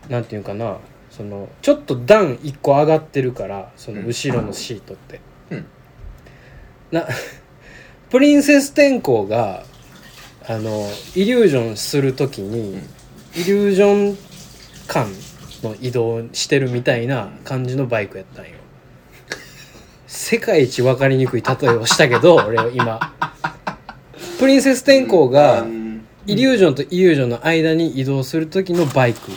S2: なんていうんかなそのちょっと段一個上がってるからその後ろのシートって、
S1: うん
S2: なプリンセス天功があのイリュージョンする時に、イリュージョン間の移動してるみたいな感じのバイクやったんよ世界一分かりにくい例えをしたけど 俺は今プリンセス天功が
S1: うん
S2: イリュージョンとイリュージョンの間に移動する時のバイク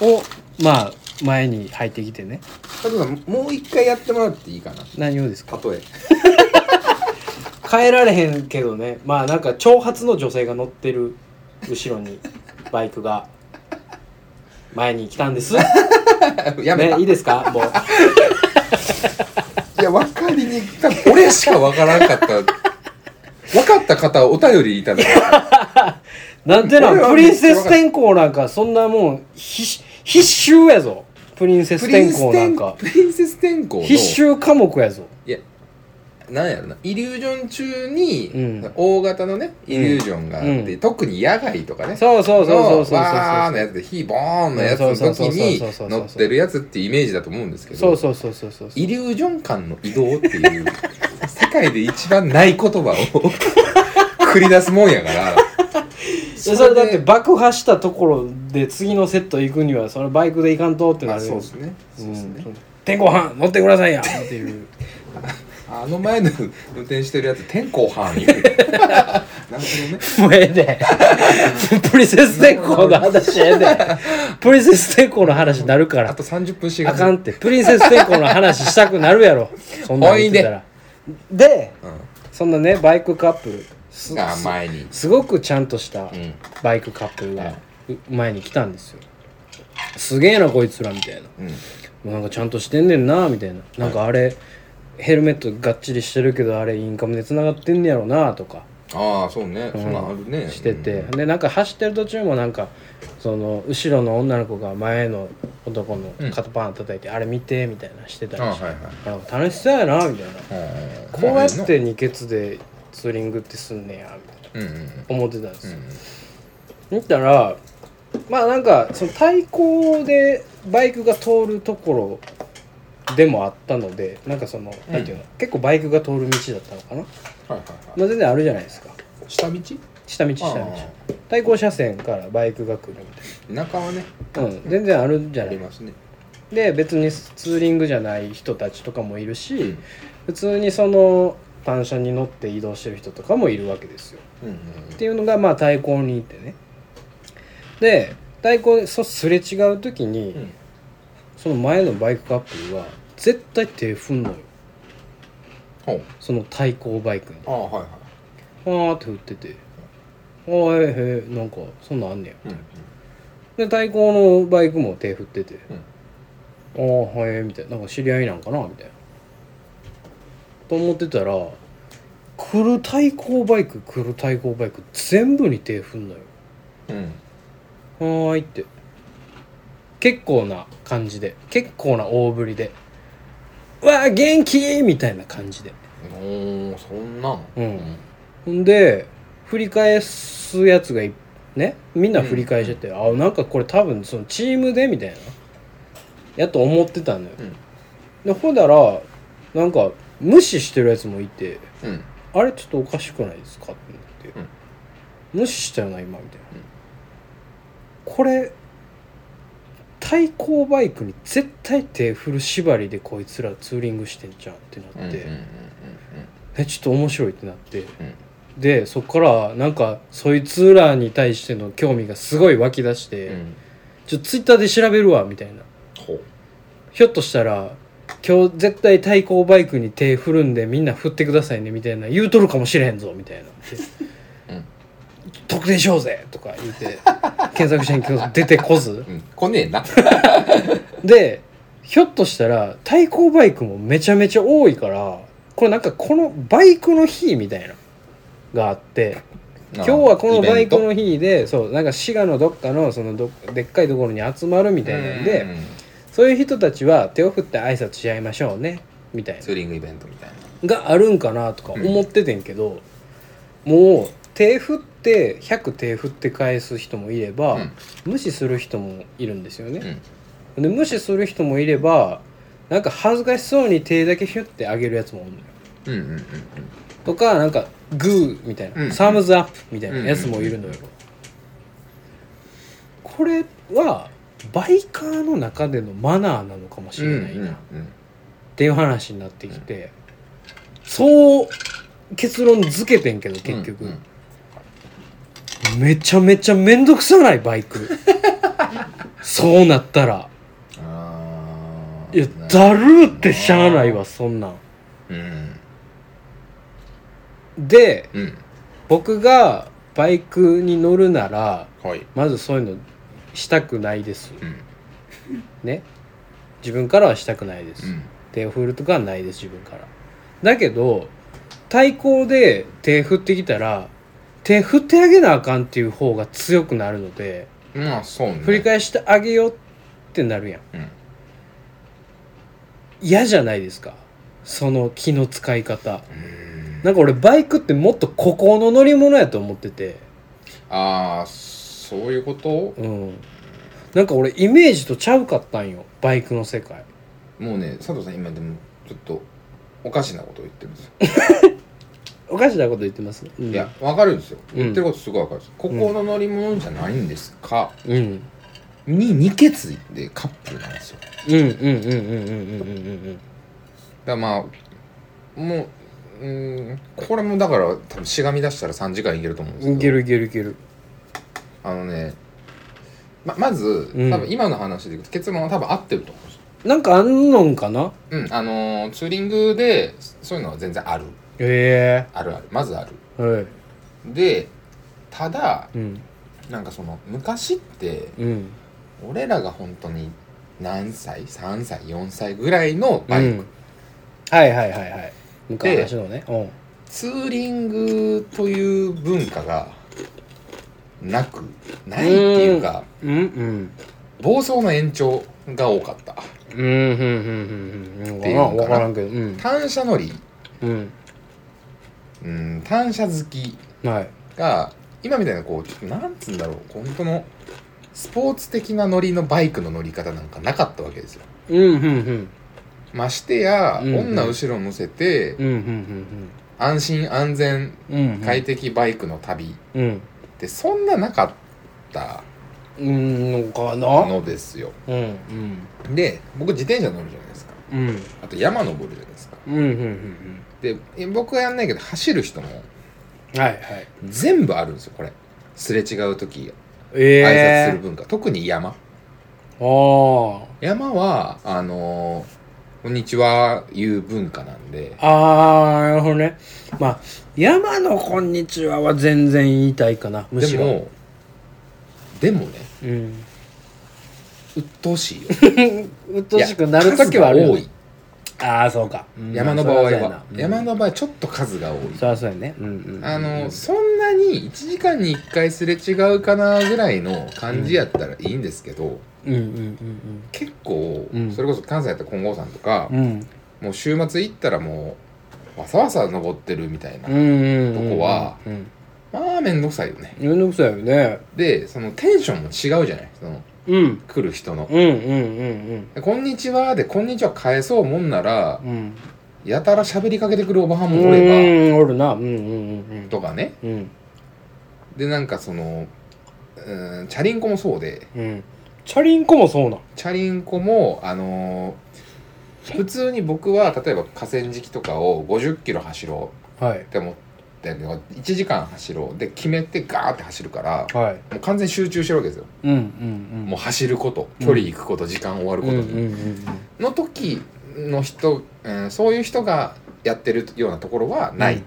S2: をまあ前に入ってきてね
S1: 佐藤さんもう一回やってもらっていいかな
S2: 何をですか
S1: 例え
S2: 変えられへんけどねまあなんか長髪の女性が乗ってる後ろにバイクが前に来たん です、ね、
S1: やめた
S2: いい
S1: い
S2: ですかもう
S1: や分かりにくかった 俺しか分からんかった分かった方はお便りいただき
S2: なんてな
S1: 俺は
S2: プリンセス天功なんかそんなもん必必修やぞプリンセス天功なんか
S1: プリンセス天候の
S2: 必修科目やぞ
S1: いやなんやろなイリュージョン中に、
S2: うん
S1: 大型のねイリュージョンがあって、
S2: うん
S1: 特に野外とかね
S2: そうそうそうそうそうそう
S1: わーのやつで火ボーンのやつの時に
S2: そうそうそうそうそう
S1: 乗ってるやつっていうイメージだと思うんですけど
S2: そうそうそうそうそうそう
S1: イリュージョン間の移動っていう 世界で一番ない言葉を繰り出すもんやから
S2: それだって爆破したところで次のセット行くにはそれバイクで行かんとってな
S1: あ
S2: る
S1: そうです
S2: う
S1: ねそうですね、
S2: ん天候飯乗ってくださいやっていう
S1: あの前の運転してるやつ天候班 言うなるほどね
S2: もうええで プリンセス天候の話ええで プリンセス天候の話になるか
S1: あ
S2: ら
S1: と30分し
S2: あかんってプリンセス天候の話したくなるやろそんなん言ってたらで
S1: う
S2: そんなねバイクカップルす
S1: ん、あ前に
S2: すごくちゃんとした
S1: うん
S2: バイクカップルが前に来たんですよすげえなこいつらみたいな
S1: うん
S2: もうなんかちゃんとしてんねんなみたいななんかあれ、ヘルメットがっちりしてるけどあれインカムでつながってんねやろなとか
S1: ああそうね、そんなんあるね
S2: してて、
S1: うん
S2: でなんか走ってる途中もなんかその後ろの女の子が前の男の肩パン叩いて、あれ見てみたいなしてた
S1: あ
S2: り
S1: あ
S2: して、
S1: はい
S2: なんか楽しそうやなみたいな、
S1: はい
S2: こうやって二ケツでツーリングってすんねやみたいな
S1: うんうんうん
S2: 思ってたんですよ、
S1: う
S2: 見たらまあなんかその対向でバイクが通るところでもあったのでなんかその、
S1: うん
S2: なんていうの結構バイクが通る道だったのかな、
S1: んはいはいはい
S2: まあ、全然あるじゃないですか
S1: 下道
S2: 下道下道対向車線からバイクが来るみ
S1: ああ田舎はね
S2: たいな、うん、全然あるんじ
S1: あ
S2: ゃな
S1: り
S2: い
S1: ますね
S2: で別にツーリングじゃない人たちとかもいるし、
S1: うん
S2: 普通にその単車に乗って移動してる人とかもいるわけですよ
S1: うんうん
S2: っていうのがまあ対向にいてねで対向でそすれ違う時に、
S1: うん
S2: その前のバイクカップルは絶対手振んのよ
S1: ほう
S2: その対向バイクに
S1: ああはいは
S2: あーって振ってて「あーへーへーなんかそんなんあんねや
S1: いうん」
S2: で対向のバイクも手振ってて
S1: うん
S2: 「あーはいへー」みたいななんか知り合いなんかなみたいなと思ってたら来る対向バイク来る対向バイク全部に手振んのよ
S1: うんうん
S2: はーいって結構な感じで結構な大振りで「うわー元気!」みたいな感じで
S1: おーそんなん
S2: うんほんで振り返すやつがいねみんな振り返してて、あなんかこれ多分そのチームでみたいなやと思ってたのよ
S1: うん
S2: でほんだらなんか無視してるやつもいて
S1: うん
S2: 「あれちょっとおかしくないですか?」ってなって、無視したよな今」みたいな、これ対向バイクに絶対手振る縛りでこいつらツーリングしてんじゃんっ
S1: う
S2: て
S1: んう
S2: なんっ
S1: うん
S2: て、
S1: うん
S2: えちょっと面白いってなって
S1: うん
S2: でそっからなんかそいつらに対しての興味がすごい湧き出して、
S1: うんうん
S2: ちょツイッターで調べるわみたいな
S1: ほう
S2: ひょっとしたら今日絶対対向バイクに手振るんでみんな振ってくださいねみたいな言うとるかもしれへんぞみたいな
S1: うん
S2: 特定しようぜとか言って検索してんけど出てこず
S1: うん来ねえな
S2: でひょっとしたら対向バイクもめちゃめちゃ多いからこれなんかこのバイクの日みたいながあって今日はこのバイクの日でそうなんか滋賀のどっかのそのどでっかいところに集まるみ
S1: み
S2: たいなんで、そういう人たちは手を振って挨拶し合いましょうねみたいな
S1: ツーリングイベントみたいな
S2: があるんかなとか思っててんけど、もう手振って100手振って返す人もいれば、
S1: うん
S2: 無視する人もいるんですよ
S1: う
S2: ね、
S1: ん
S2: で無視する人もいればなんか恥ずかしそうに手だけヒュッて上げるやつもおるのよ
S1: うんうんうん
S2: とかなんかグーみたいな、
S1: うん
S2: サムズアップみたいなやつもいるのよ、これはバイカーの中でのマナーなのかもしれないな、
S1: うん
S2: っていう話になってきて、そう結論付けてんけど結局、
S1: うん
S2: めちゃめちゃ面倒くさないバ イクそうなったら
S1: あー
S2: いやだるーってしゃあないわそんなん
S1: うん
S2: で
S1: うん
S2: 僕がバイクに乗るなら
S1: はい
S2: まずそういうのしたくないです
S1: うん
S2: ね自分からはしたくないです、
S1: うん
S2: 手を振るとかはないです自分からだけど対抗で手振ってきたら手振ってあげなあかんっていう方が強くなるので
S1: まあそうね
S2: 振り返してあげようってなるやん
S1: うん
S2: 嫌じゃないですかその気の使い方
S1: うん
S2: なんか俺バイクってもっと孤高の乗り物やと思ってて
S1: ああそういうこと
S2: うんなんか俺イメージとちゃうかったんよバイクの世界
S1: もうね佐藤さん今でもちょっとおかしなことを言ってるんですよ、
S2: おかしなこと言ってます、うん、
S1: いやわかるんですよ
S2: うん
S1: 言ってることすごいわかるんです、ここの乗り物じゃないんですか、
S2: うん
S1: に二欠でカップルなんですよだか
S2: うんうんうんうんうんうんうんうん
S1: らまあもううんこれもだから多分しがみ出したら3時間いけると思うんです
S2: う
S1: け
S2: ん
S1: ど
S2: いけるいけるいける
S1: あのねままず、
S2: うん
S1: 多分今の話でいくと結論は多分合ってると思うんですよ
S2: なんかあんのんかな
S1: うんあのーツーリングでそういうのは全然ある
S2: へ
S1: あるあるまずある
S2: えはい
S1: でただ
S2: うん
S1: なんかその昔って
S2: うん
S1: 俺らが本当に何歳3歳4歳ぐらいのバイク、
S2: うんはいはいはいはい昔のねうん
S1: ツーリングという文化がなくないっていうか
S2: うんうん
S1: 暴走の延長が多かった
S2: うんうんうんうんうん
S1: っていうのかな
S2: 分からんけどうん
S1: 単車乗り
S2: うん
S1: うん単車好き
S2: はい
S1: が今みたいなこうちょっとなんつうんだろう本当のスポーツ的な乗りのバイクの乗り方なんかなかったわけですよ
S2: うんうんうん
S1: ましてや、
S2: うんうん
S1: 女後ろ乗せて、
S2: うんうん
S1: 安心安全
S2: うんうんうん
S1: 快適バイクの旅っ
S2: うん
S1: てそんななかった
S2: うんのかな
S1: のですよ
S2: うんうん
S1: で僕自転車乗るじゃないですか
S2: うん
S1: あと山登るじゃないですか
S2: うんうんうん
S1: でえ僕はやんないけど走る人も
S2: うんはいはい
S1: 全部あるんですよこれすれ違う時挨拶する
S2: ええ
S1: 文化、特に山
S2: あ
S1: 山はあのーこんにちは」いう文化なんで
S2: あああなるほどねまあ山の「こんにちは」は全然言いたいかなむし
S1: で
S2: ろ
S1: もでもね
S2: うん
S1: 鬱陶しいよ
S2: うっとうしくなる時はある
S1: いや
S2: よ
S1: 数
S2: ね
S1: が
S2: ああそうか
S1: 多い山の場合は、山
S2: 山の
S1: の場合ちょっと数が多い
S2: そうやそうやねうんうんうん
S1: あのそんなに1時間に1回すれ違うかなぐらいの感じやったらいいんですけど、
S2: うんうんうん
S1: 結構、
S2: うん
S1: それこそ関西やったら金剛山とか、
S2: うんうん
S1: もう週末行ったらもうわさわさ登ってるみたいな、
S2: うんうん
S1: とこは
S2: うん
S1: まあ面倒くさいよね
S2: めんどくさいよね
S1: でそのテンションも違うじゃないその
S2: うん
S1: 来る人の
S2: うんうんう
S1: 「
S2: ん
S1: こんにちは」で「こんにちは」返そうもんなら
S2: うんうん
S1: やたら喋りかけてくるおばはん
S2: う
S1: もおれ
S2: んおるなうんうんう
S1: ば
S2: ん
S1: とかね
S2: うんうん
S1: でなんかそのうーんチャリンコもそうで
S2: うんチャリンコもそうなん
S1: チャリンコもあのー普通に僕は例えば河川敷とかを50キロ走ろ
S2: はいう
S1: って思って1時間走ろうで決めてガーって走るから
S2: はい
S1: もう完全に集中してるわけですよ
S2: うんうん
S1: もう走ること
S2: うん
S1: 距離行くこと、時間終わる
S2: う
S1: こと
S2: んう
S1: に、
S2: んうん
S1: の時の人、うんそういう人がやってるようなところはない、
S2: うん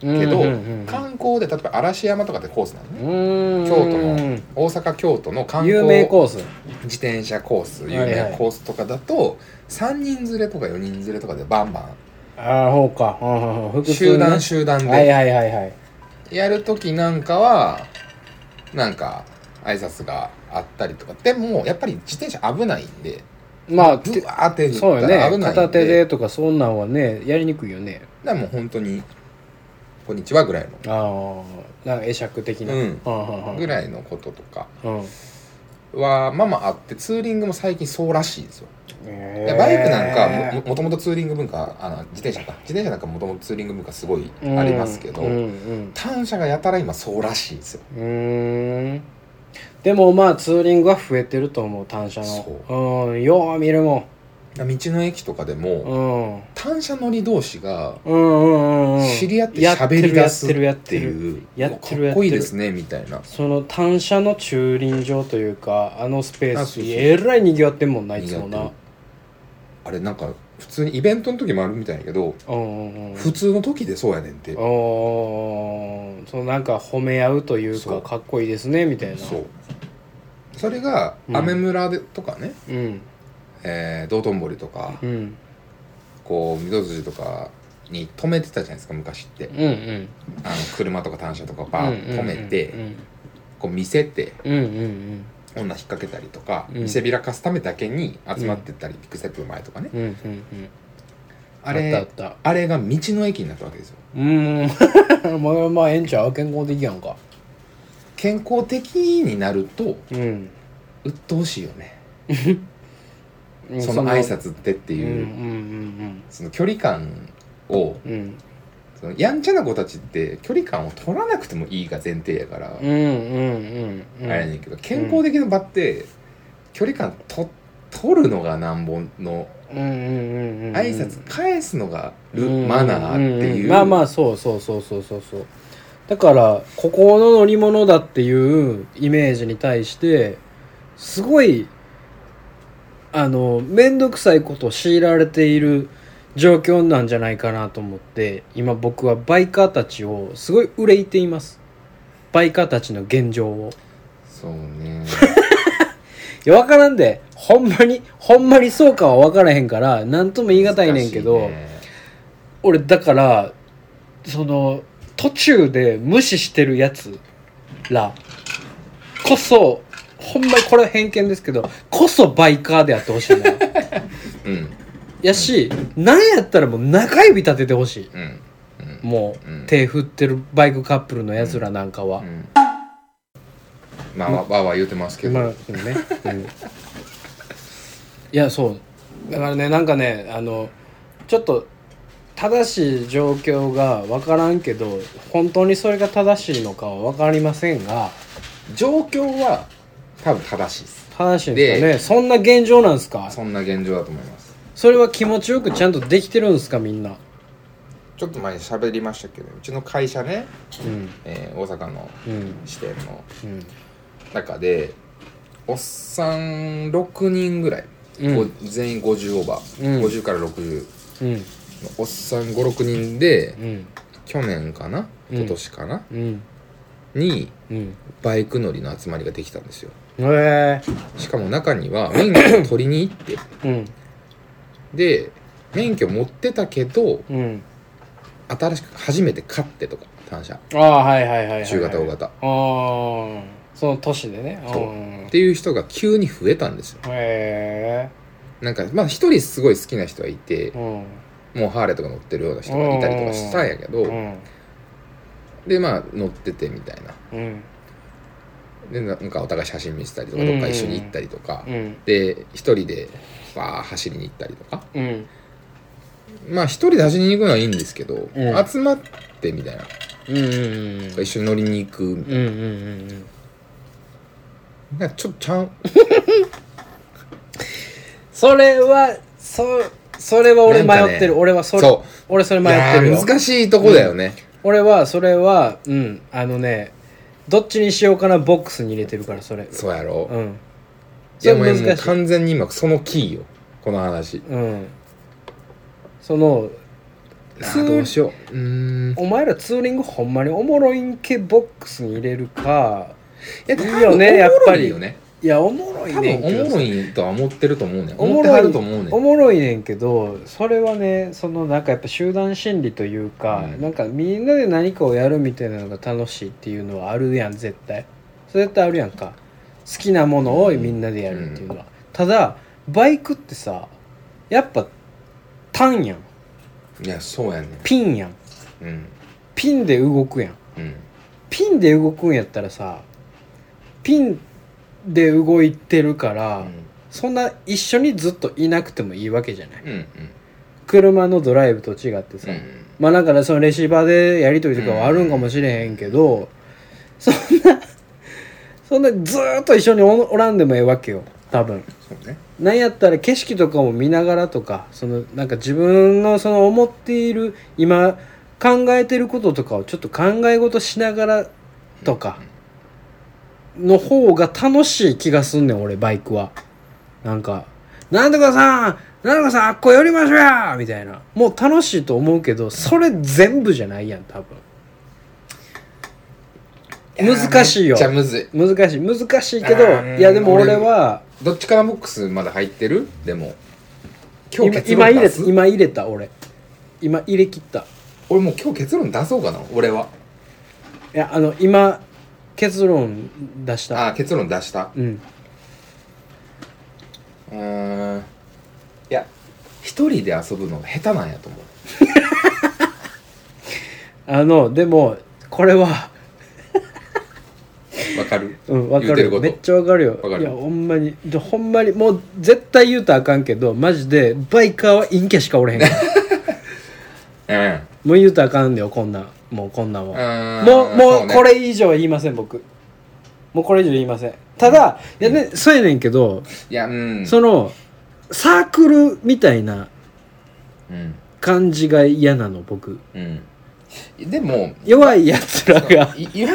S1: けど
S2: うんうん
S1: 観光で例えば嵐山とかってコースなのね
S2: うん
S1: 京都の大阪京都の観
S2: 有名
S1: 光
S2: コース
S1: 自転車コース有
S2: はいはい
S1: 名コースとかだと3人連れとか4人連れとかでバンバ
S2: ああそうかうんうんうん
S1: ン
S2: 複数
S1: 集
S2: ね
S1: 団集団
S2: はい
S1: で
S2: はいはいはい
S1: やる時なんかはなんか挨拶があったりとかでもやっぱり自転車危ないんで
S2: まあ
S1: ブワーって言
S2: そう
S1: った
S2: よ
S1: ら危な
S2: ね
S1: いんで
S2: 片手でとかそんなんはねやりにくいよね
S1: だからもう本当に「こんにちは」ぐらいの
S2: ああなんか会釈的な
S1: うんぐ
S2: ぐ
S1: らいのこととか
S2: うん
S1: はまあまああってツーリングも最近そうらしいんですよいやバイクなんかもももともとツーリング文化あの自転車か自転車なんかもともとツーリング文化すごい
S2: うん
S1: ありますけど、
S2: うんうん
S1: 単車がやたら今そうらしいんですよ
S2: うーんでもまあツーリングは増えてると思う単車の
S1: そう
S2: うんよう見るも
S1: 道の駅とかでも、
S2: んうん
S1: 単車乗り同士が
S2: うんうんうんうん
S1: 知り合って喋り出すっていう
S2: やってるやってるや
S1: かっ
S2: ってるやってる
S1: こいいですねみたいな
S2: その単車の駐輪場というかあのスペー
S1: あ
S2: ス
S1: そうそう
S2: えらいにぎわってんもんないつも
S1: 賑わ
S2: な
S1: ってあれなんか普通にイベントの時もあるみたいやけど
S2: うんうんうん
S1: 普通の時でそうやねんって
S2: おーそのなんか褒め合うという
S1: そ
S2: か
S1: う
S2: かっこいいですねみたいな
S1: そうそれが
S2: うん
S1: アメ村でとかね、
S2: うん
S1: えー道頓堀とか
S2: うんうん
S1: こう御堂筋とかに止めてたじゃないですか昔って
S2: うんうん
S1: あの車とか単車とかバーッと止めて、
S2: うん
S1: こう見せて
S2: うんうん
S1: 女引っ掛けたりとか、
S2: うん
S1: 見せびらかすためだけに集まってったり、ピクセップ前とかね
S2: うんうんうんうん
S1: あ
S2: あっ
S1: れ
S2: たあった
S1: あれが道の駅になったわけですよ
S2: うーん まあまあええんちゃう健康的やんか
S1: 健康的になると
S2: うん
S1: 鬱陶しいよね
S2: うん
S1: その挨拶ってって
S2: うんう
S1: いう、
S2: ん
S1: その距離感を
S2: うんうん
S1: そのやんちゃな子たちって距離感を取らなくてもいいが前提やから、
S2: うんうんうんうん
S1: あれやねんけど健康的な場って距離感と取るのがなんぼの
S2: うんうんうんうん
S1: 挨拶返すのがル
S2: うん
S1: マナーって
S2: ん
S1: い
S2: ん
S1: う
S2: まあまあそうそうそうそうそうそうだからここの乗り物だっていうイメージに対してすごいあの面倒くさいことを強いられている状況なんじゃないかなと思って今僕はバイカーたちをすごい憂いていますバイカーたちの現状を
S1: そうね
S2: いや分からんでほんまにほんまにそうかは分からへんから何とも言い難いねんけど、
S1: 難しいね
S2: 俺だからその途中で無視してるやつらこそほんまにこれは偏見ですけどこそバイカーであってほしいな
S1: うん
S2: やしなんやったらもう中指立ててほし
S1: うん
S2: いもう、
S1: うん
S2: 手振ってるバイクカップルのやつらなんかは
S1: う、んまあわわわ言うてますけど、
S2: まあね、いやそうだからねなんかねあのちょっと正しい状況が分からんけど本当にそれが正しいのかは分かりませんが
S1: 状況は多分正しいです
S2: 正しいんですかねそんな現状なんですか
S1: そんな現状だと思います
S2: それは気持ちよくちゃんとできてるんですかみんな
S1: ちょっと前に喋りましたけどうちの会社ね、
S2: うん
S1: えー大阪の
S2: うん
S1: 支店の
S2: うん
S1: 中でおっさん6人ぐらい、
S2: うん
S1: こう全員50オーバー、
S2: うん
S1: 50から60の
S2: うん
S1: おっさん56人で
S2: うん
S1: 去年かな
S2: うん
S1: 一昨年かな、
S2: うん
S1: に
S2: うん
S1: バイク乗りの集まりができたんですよ
S2: へえ
S1: しかも中には 免許を取りに行って
S2: うん
S1: で免許持ってたけど
S2: うん
S1: 新しく初めて買ってとか単車
S2: ああはいはいはいはいはい
S1: 中型大型
S2: ああその都市でね
S1: そう
S2: うん
S1: っていう人が急に増えたんですよ
S2: へ
S1: なんかまあ一人すごい好きな人がいて
S2: えうん
S1: もうハーレーとか乗ってるような人がいたりとかしたんやけど
S2: うん
S1: でまあ乗っててみたいな
S2: うん
S1: でななんかお互い写真見せたりとか
S2: うん
S1: どっか一緒に行ったりとか
S2: うん
S1: で一人でわー走りに行ったりとか
S2: うん
S1: まあ一人で走りに行くのはいいんですけど、
S2: うん
S1: 集まってみたいな
S2: うんうん
S1: 一緒に乗りに行く
S2: うんうんうん
S1: なんかちょっとちゃう
S2: それはそそれは俺
S1: なんか
S2: 迷
S1: ね
S2: ってる俺はそれ
S1: そう
S2: 俺それ
S1: い
S2: 迷って
S1: や
S2: る
S1: ー
S2: よ
S1: 難しいとこだよね、
S2: 俺はそれはうんあのねどっちにしようかなボックスに入れてるからそれ
S1: そうやろ、
S2: うん
S1: いやも
S2: それ
S1: うもう
S2: 難しい
S1: 完全に今そのキーよこの話
S2: うんその
S1: な
S2: ツ
S1: あ
S2: ー
S1: どうしよううーんい
S2: お前らツーリングほんまにおもろいんけボックスに入れるか
S1: や
S2: いいよねやっぱり
S1: 多分おもろいよね
S2: いやおもろい
S1: 多
S2: ねんけど
S1: 分お
S2: さ
S1: もろいとは思ってると思うねん
S2: お
S1: 思
S2: も
S1: っては
S2: ろい
S1: ると思うねん
S2: おもろいねんけどそれはねそのなんかやっぱ集団心理というか、
S1: うん
S2: なんかみんなで何かをやるみたいなのが楽しいっていうのはあるやん絶対それ絶対あるやんか好きなものをみんなでやるっていうのは、ただバイクってさやっぱ単や
S1: い
S2: ん
S1: やそうやねん
S2: ピンやん
S1: うん
S2: ピンで動くやん
S1: うん
S2: ピンで動くんやったらさピンで動いてるか
S1: う
S2: ら、
S1: ん
S2: そんな一緒にずっといなくてもいいわけじゃない
S1: うんうん
S2: 車のドライブと違ってさ、
S1: うん
S2: まあだからそのレシーバーでやり取りとかはあるんかもしれへんけど、そんなそんなずーっと一緒におおらんでもええわけよ多分
S1: そうね
S2: なんやったら景色とかも見ながらとかそのなんか自分のその思っている今考えてることとかをちょっと考え事しながらとかの方が楽しい気がすんねん俺バイクはなんか「なんとかさんなんとかさんあっこ寄りましょうや!」みたいなもう楽しいと思うけどそれ全部じゃないやん多分難しいよ
S1: じゃあむずい
S2: 難しい難しいけど
S1: あー
S2: いやでも俺は
S1: どっちからボックスまだ入ってるでも今日
S2: 今
S1: 結
S2: 今
S1: 論
S2: 入
S1: 出
S2: れ
S1: す
S2: 今入れた俺今入れ切った
S1: 俺もう今日結論出そうかな俺はい
S2: やあの今結論出した
S1: あー結論出した
S2: うん
S1: うーんいや一人で遊ぶのが下手なんやと思う
S2: あのでもこれは
S1: わかる
S2: うんわか
S1: 言うてる
S2: る
S1: こと
S2: よめっちゃわかるよ
S1: わかる
S2: いやほんまにでほんまにもう絶対言うたらあかんけどマジでバイカーは陰キャしかおれへんから
S1: うん
S2: もう言うたらあかんよこんなんもうこんなん
S1: う
S2: は
S1: ん
S2: もうも
S1: そうね
S2: これ以上は言いません僕もうこれ以上言いませんただ、いやね、そうやねんけど、
S1: いやうん
S2: そのサークルみたいな
S1: うん
S2: 感じが嫌なの僕
S1: うんでも
S2: 弱いやつらが
S1: いいわゆる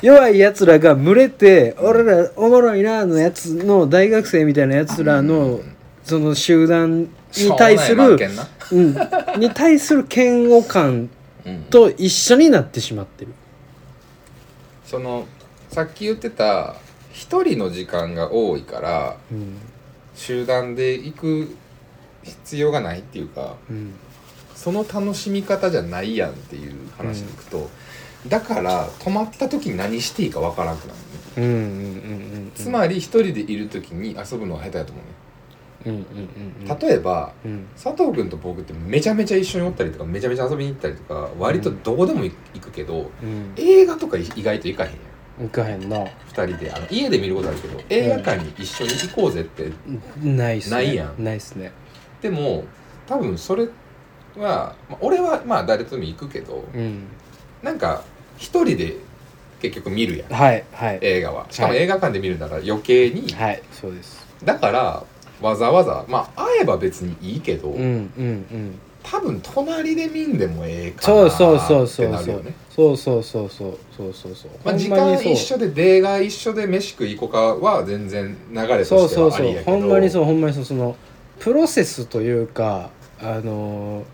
S2: 弱いやつらが群れて俺らおもろいなのやつの大学生みたいなやつらのその集団に対す
S1: しょうもない
S2: る
S1: 番犬な
S2: うんに対する嫌悪感
S1: うん
S2: と一緒になってしまってる
S1: そのさっき言ってた一人の時間が多いから
S2: うん
S1: 集団で行く必要がないっていうか
S2: うん
S1: その楽しみ方じゃないやんっていう話でいくと、だから泊まった時に何していいかわからなくなるね
S2: うんうんうんうん
S1: つまり一人でいる時に遊ぶのは下手やと思うね
S2: うんうんうんうん
S1: 例えば
S2: うん
S1: 佐藤君と僕ってめちゃめちゃ一緒におったりとかめちゃめちゃ遊びに行ったりとか割とどこでも行くけど
S2: うん
S1: 映画とか意外と行かへんやん
S2: 行かへんな
S1: 2人であの家で見ることあるけど映画館に一緒に行こうぜって、
S2: ないっすね
S1: ないやん
S2: ないっすね
S1: でも多分それは、まあ俺はまあ誰とでも行くけど
S2: うん
S1: なんか一人で結局見るやん
S2: はいはい
S1: 映画はしかも
S2: はい
S1: 映画館で見るなら余計に、
S2: はいそうです
S1: だからわざわざまあ会えば別にいいけど、
S2: うんうんうん
S1: 多分隣で見んでもええか
S2: そ
S1: な
S2: うそうそう
S1: っ
S2: そ
S1: て
S2: う
S1: なる
S2: そ
S1: よ
S2: う
S1: ね
S2: そうそうそうそうそうそうそう
S1: まあ、時間一緒で出が一緒で飯食い行こかは全然流れとして
S2: そうそう
S1: はあ
S2: そ
S1: りや
S2: う
S1: けど
S2: ほんまにそうほんまにそうそのプロセスというかあのー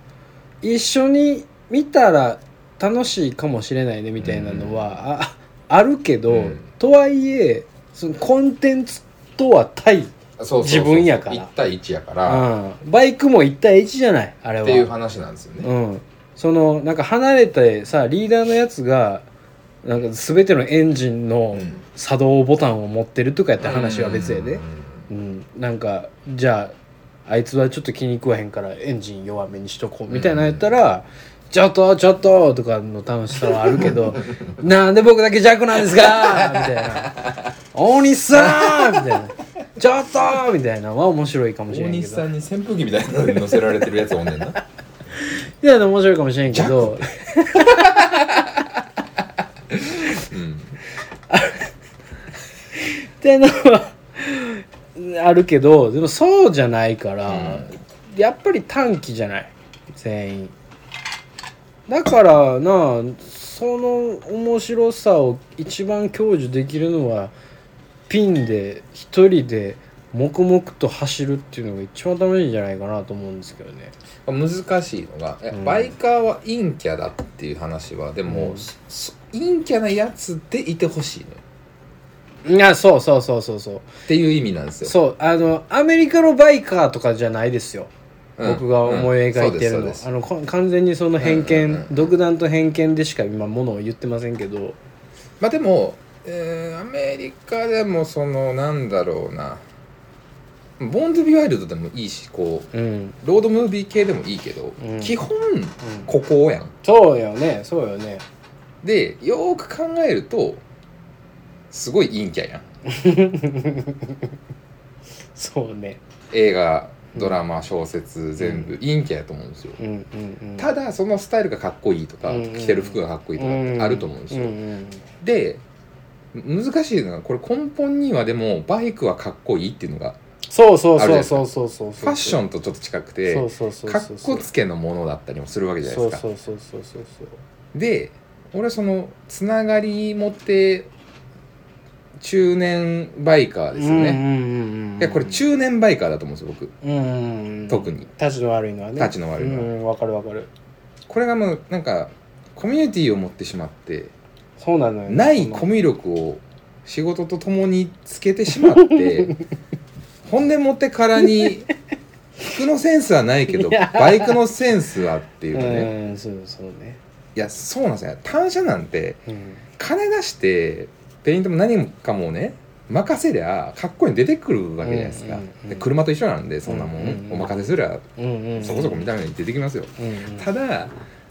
S2: 一緒に見たら楽しいかもしれないねみたいなのは、ああるけど、
S1: うん
S2: とはいえそのコンテンツとは対、うん、
S1: そうそうそう
S2: 自分やから
S1: 1対1やから、
S2: バイクも1対1じゃないあれは
S1: っていう話なんですよね。
S2: うん、そのなんか離れてさリーダーのやつがなんか全てのエンジンの
S1: うん
S2: 作動ボタンを持ってるとかやったら話は別やで、うん、なんかじゃああいつはちょっと気に食わへんからエンジン弱めにしとこうみたいなのやったら「ちょっとちょっと」とかの楽しさはあるけ ど「なんで僕だけ弱なんですか!」みたいな「大西さん!」みたいな「ちょっと!」みたいなのは面白いかもしれ
S1: 大
S2: んけ
S1: 西
S2: ど
S1: さんに扇風機みたいなのに乗せられてるやつおんねん な。
S2: いや面白いかもしれんけど
S1: うん。
S2: ってのはあるけどでもそうじゃないから、やっぱり短期じゃない全員だからなあその面白さを一番享受できるのはピンで一人で黙々と走るっていうのが一番楽しいんじゃないかなと思うんですけどね
S1: 難しいのが、え
S2: うん
S1: バイカーは陰キャだっていう話はでも、
S2: うん
S1: そ陰キャなやつでいてほしいのよ
S2: いやそうそうそうそうそう
S1: っていう意味なんですよ。
S2: そうあのアメリカのバイカーとかじゃないですよ
S1: うん
S2: 僕が思い描いて
S1: うんそ
S2: る
S1: う
S2: の
S1: ですそ
S2: あ
S1: うで
S2: のこ完全にその
S1: う
S2: 偏
S1: んうん
S2: 見
S1: うん
S2: 独断と偏見でしか今ものを言ってませんけど
S1: すまあでも、えーアメリカでもそのなんだろうなボーンズ・ビーワイルドでもいいしこう
S2: うん
S1: ロードムービー系でもいいけど、
S2: うん
S1: 基本ここやん。
S2: そうよねそうよね
S1: でよーく考えるとすごい陰キャやん
S2: そうね
S1: 映画ドラマ小説全部陰キャやと思うんですよ、
S2: うんうんうん
S1: ただそのスタイルがかっこいいとか、
S2: うんうん
S1: 着てる服がかっこいいとかってあると思うんですよ、
S2: ん
S1: で難しいのがこれ根本にはでもバイクはかっこいいっていうのが
S2: そうそう
S1: あるじゃ
S2: そ
S1: ない
S2: う
S1: ですか
S2: そうそうそうそう
S1: ファッションとちょっと近くて
S2: そうそうそう
S1: か
S2: そう
S1: っこつけのものだったりもするわけじゃないで
S2: そう
S1: すか
S2: そうそうそうそうそう
S1: で俺そのつながり持って中年バイカーですよね、
S2: ね
S1: いやこれ中年バイカーだと思うんですよ僕
S2: うんうんうん
S1: 特に
S2: 立ちの悪いのはね
S1: 立ちの悪いのは
S2: うんうんわかるわかる
S1: これがもうなんかコミュニティを持ってしまって
S2: そうなのよね
S1: ない
S2: その
S1: コミュ力を仕事とともにつけてしまって ほんでもってからに服のセンスはないけど
S2: いや
S1: バイクのセンスはっていうかね
S2: うんそうそうね
S1: いやそうなんですよ単車なんて
S2: うん
S1: 金出してペイントも何もかもね任せりゃかっこいいの出てくるわけじゃないですか、
S2: うんうんうん
S1: で車と一緒なんでそんなもん、
S2: うんうんうん
S1: お任せすりゃ
S2: うんうん
S1: そこそこ見た目に出てきますよ、
S2: うんうん
S1: ただ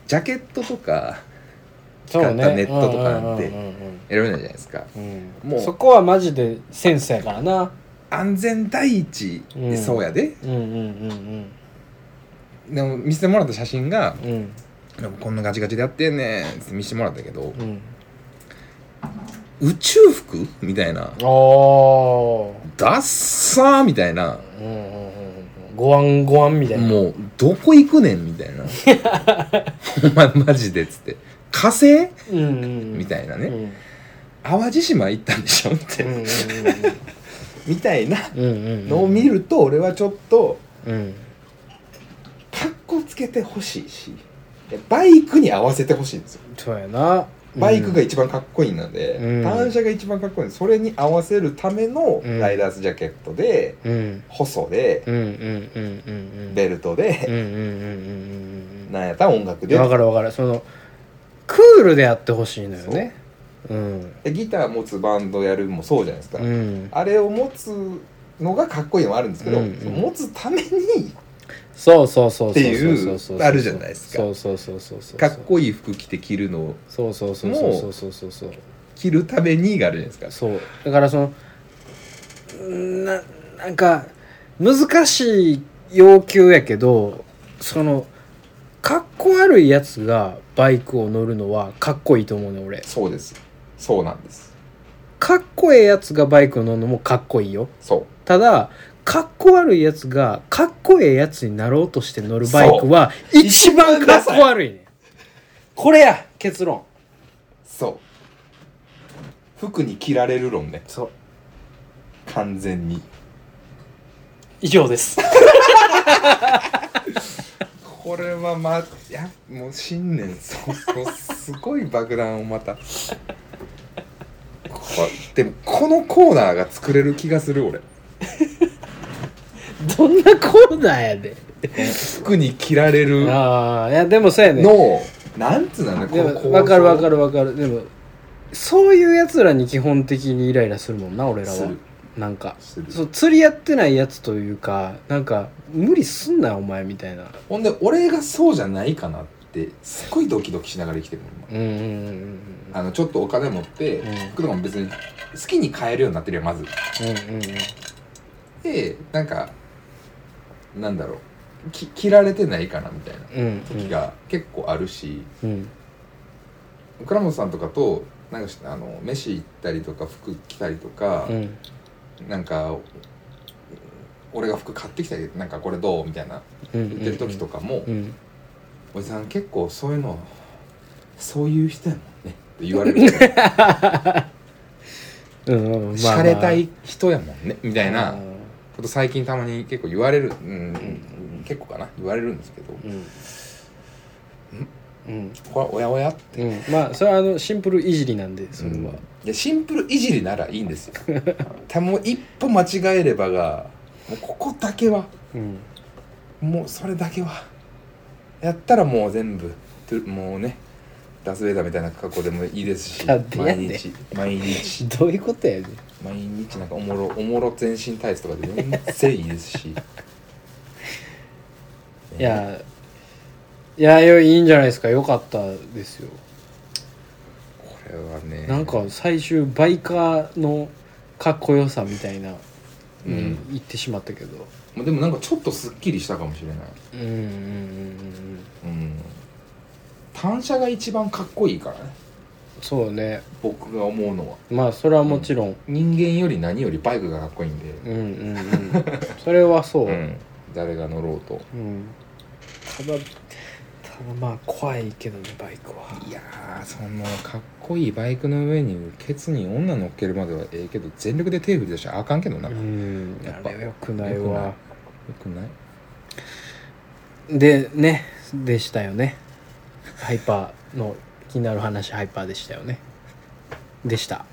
S1: ジャケットとか
S2: そ
S1: 使
S2: うね
S1: ったネットとかなんて
S2: うんうんうん
S1: 選べないじゃないですか
S2: うんうん
S1: もう
S2: そこはマジでセンスやからな
S1: 安全第一、
S2: うん
S1: そうやで
S2: うんうんうん
S1: でも見せてもらった写真が
S2: うんうん
S1: 「でもこんなガチガチでやってんねん」って見せてもらったけど
S2: うん
S1: 宇宙服みたいな
S2: ああ
S1: 「ダッサー」みたいな
S2: うんうんうんうんごわんごわんみたいな
S1: もうどこ行くねんみたい な「お前マジで」っつって「火星?」
S2: うんうんうん
S1: みたいな
S2: うん
S1: ね
S2: うん
S1: 「淡路島行ったんでしょ」って、みたいな
S2: うんうんうん
S1: のを見ると俺はちょっと
S2: うん
S1: かっこつけてほしいしバイクに合わせてほしいんですよ
S2: そうやな
S1: バイクが一番かっこいいので、
S2: うん
S1: 単車が一番かっこいいのでそれに合わせるための
S2: うん
S1: ライダースジャケットで、
S2: うん
S1: 細で
S2: う、んうんうんうんうん
S1: ベルトで
S2: う、んうんうんうんうん
S1: なんやったら音楽
S2: うん
S1: で
S2: わかるわかるそのクールであってほしいのよねうん
S1: でギター持つバンドやるもそうじゃないですか、
S2: うん
S1: あれを持つのがかっこいいのもあるんですけど、
S2: うんうん
S1: 持つために
S2: そうそうそうそう
S1: っていう
S2: そうそうそう
S1: あるじゃないですか
S2: そうそうそうそうそう
S1: かっこいい服着て着るのを
S2: そうそうそうそうそうそうそう
S1: 着るためにがあるじゃないですか
S2: そうだからそのうんななんか難しい要求やけどそのかっこ悪いやつがバイクを乗るのはかっこいいと思うね俺
S1: そうですそうなんです
S2: かっこええやつがバイクを乗るのもかっこいいよ
S1: そう
S2: ただかっこ悪いやつがかっこええやつになろうとして乗るバイクは一番かっこ悪いねんこれや結論
S1: そう服に着られる論ね
S2: そう
S1: 完全に
S2: 以上です
S1: これはまいやもう新年そうそうすごい爆弾をまたこでもこのコーナーが作れる気がする俺
S2: どんなコーナーやで
S1: 服に着られる
S2: ああいやでもそうやねん
S1: のなんつうのね
S2: で
S1: こ
S2: も
S1: の
S2: 分かる分
S1: る
S2: かる分かるでもそういうやつらに基本的にイライラするもんな俺ら
S1: す
S2: は
S1: る
S2: なんか
S1: する
S2: そう釣りやってないやつというかなんか無理すんなよお前みたいな
S1: ほんで俺がそうじゃないかなってすっごいドキドキしながら生きてるもん今
S2: うんうんうんうん
S1: あのちょっとお金持って
S2: うん
S1: 服とかも別に好きに買えるようになってるよまず
S2: うんうんうん
S1: でなんかなんだろうき着られてないかなみたいな
S2: うん
S1: 時が結構あるし、
S2: うん
S1: 倉本さんとかとなんかしあの飯行ったりとか服着たりとか
S2: う、ん
S1: なんかうん俺が服買ってきたりなんかこれどうみたいな
S2: うん
S1: 言ってる時とかも、
S2: うん
S1: おじさん結構そういうのそういう人やもんねって言われ るしゃ
S2: うんうんうんまあまあ
S1: 洒落たい人やもんねみたいな
S2: う
S1: こと最近たまに結構言われる、うん
S2: ん
S1: 結構かな言われるんですけど
S2: んうん
S1: これはおやおやって
S2: うんまあそれはあのシンプルいじりなんでそれは、
S1: うんいやシンプルいじりならいいん ですよたもう一歩間違えればがもうここだけは
S2: うん
S1: もうそれだけはやったらもう全部トゥもうねダース・ベイダーみたいな格好でもいいですし
S2: なんでや
S1: 毎
S2: ねん
S1: 日毎日
S2: どういうことやねん
S1: 毎日なんかおもろおもろ全身タイツとかで全然いいです し
S2: いやいやよいいんじゃないですかよかったですよ
S1: これはね
S2: なんか最終バイカーのかっこよさみたいな
S1: う
S2: に
S1: ん、
S2: 言ってしまったけど
S1: まあでもなんかちょっとすっきりしたかもしれない
S2: うんうんうんうん
S1: うん単車が一番かっこいいからね
S2: そうね
S1: 僕が思うのは
S2: まあそれはもちろん
S1: 人間より何よりバイクがかっこいいんで、
S2: うんうんうんそれはそう、
S1: うん誰が乗ろうと
S2: うんただただまあ怖いけどねバイクはい
S1: やーそのかっこいいバイクの上にケツに女乗っけるまではええけど全力で手振り出したらあかんけどな、
S2: う
S1: よ
S2: ん
S1: やっ
S2: あ
S1: ぱ
S2: れはよくないわ
S1: くない
S2: でねでしたよねハイパーの気になる話ハイパーでしたよねでした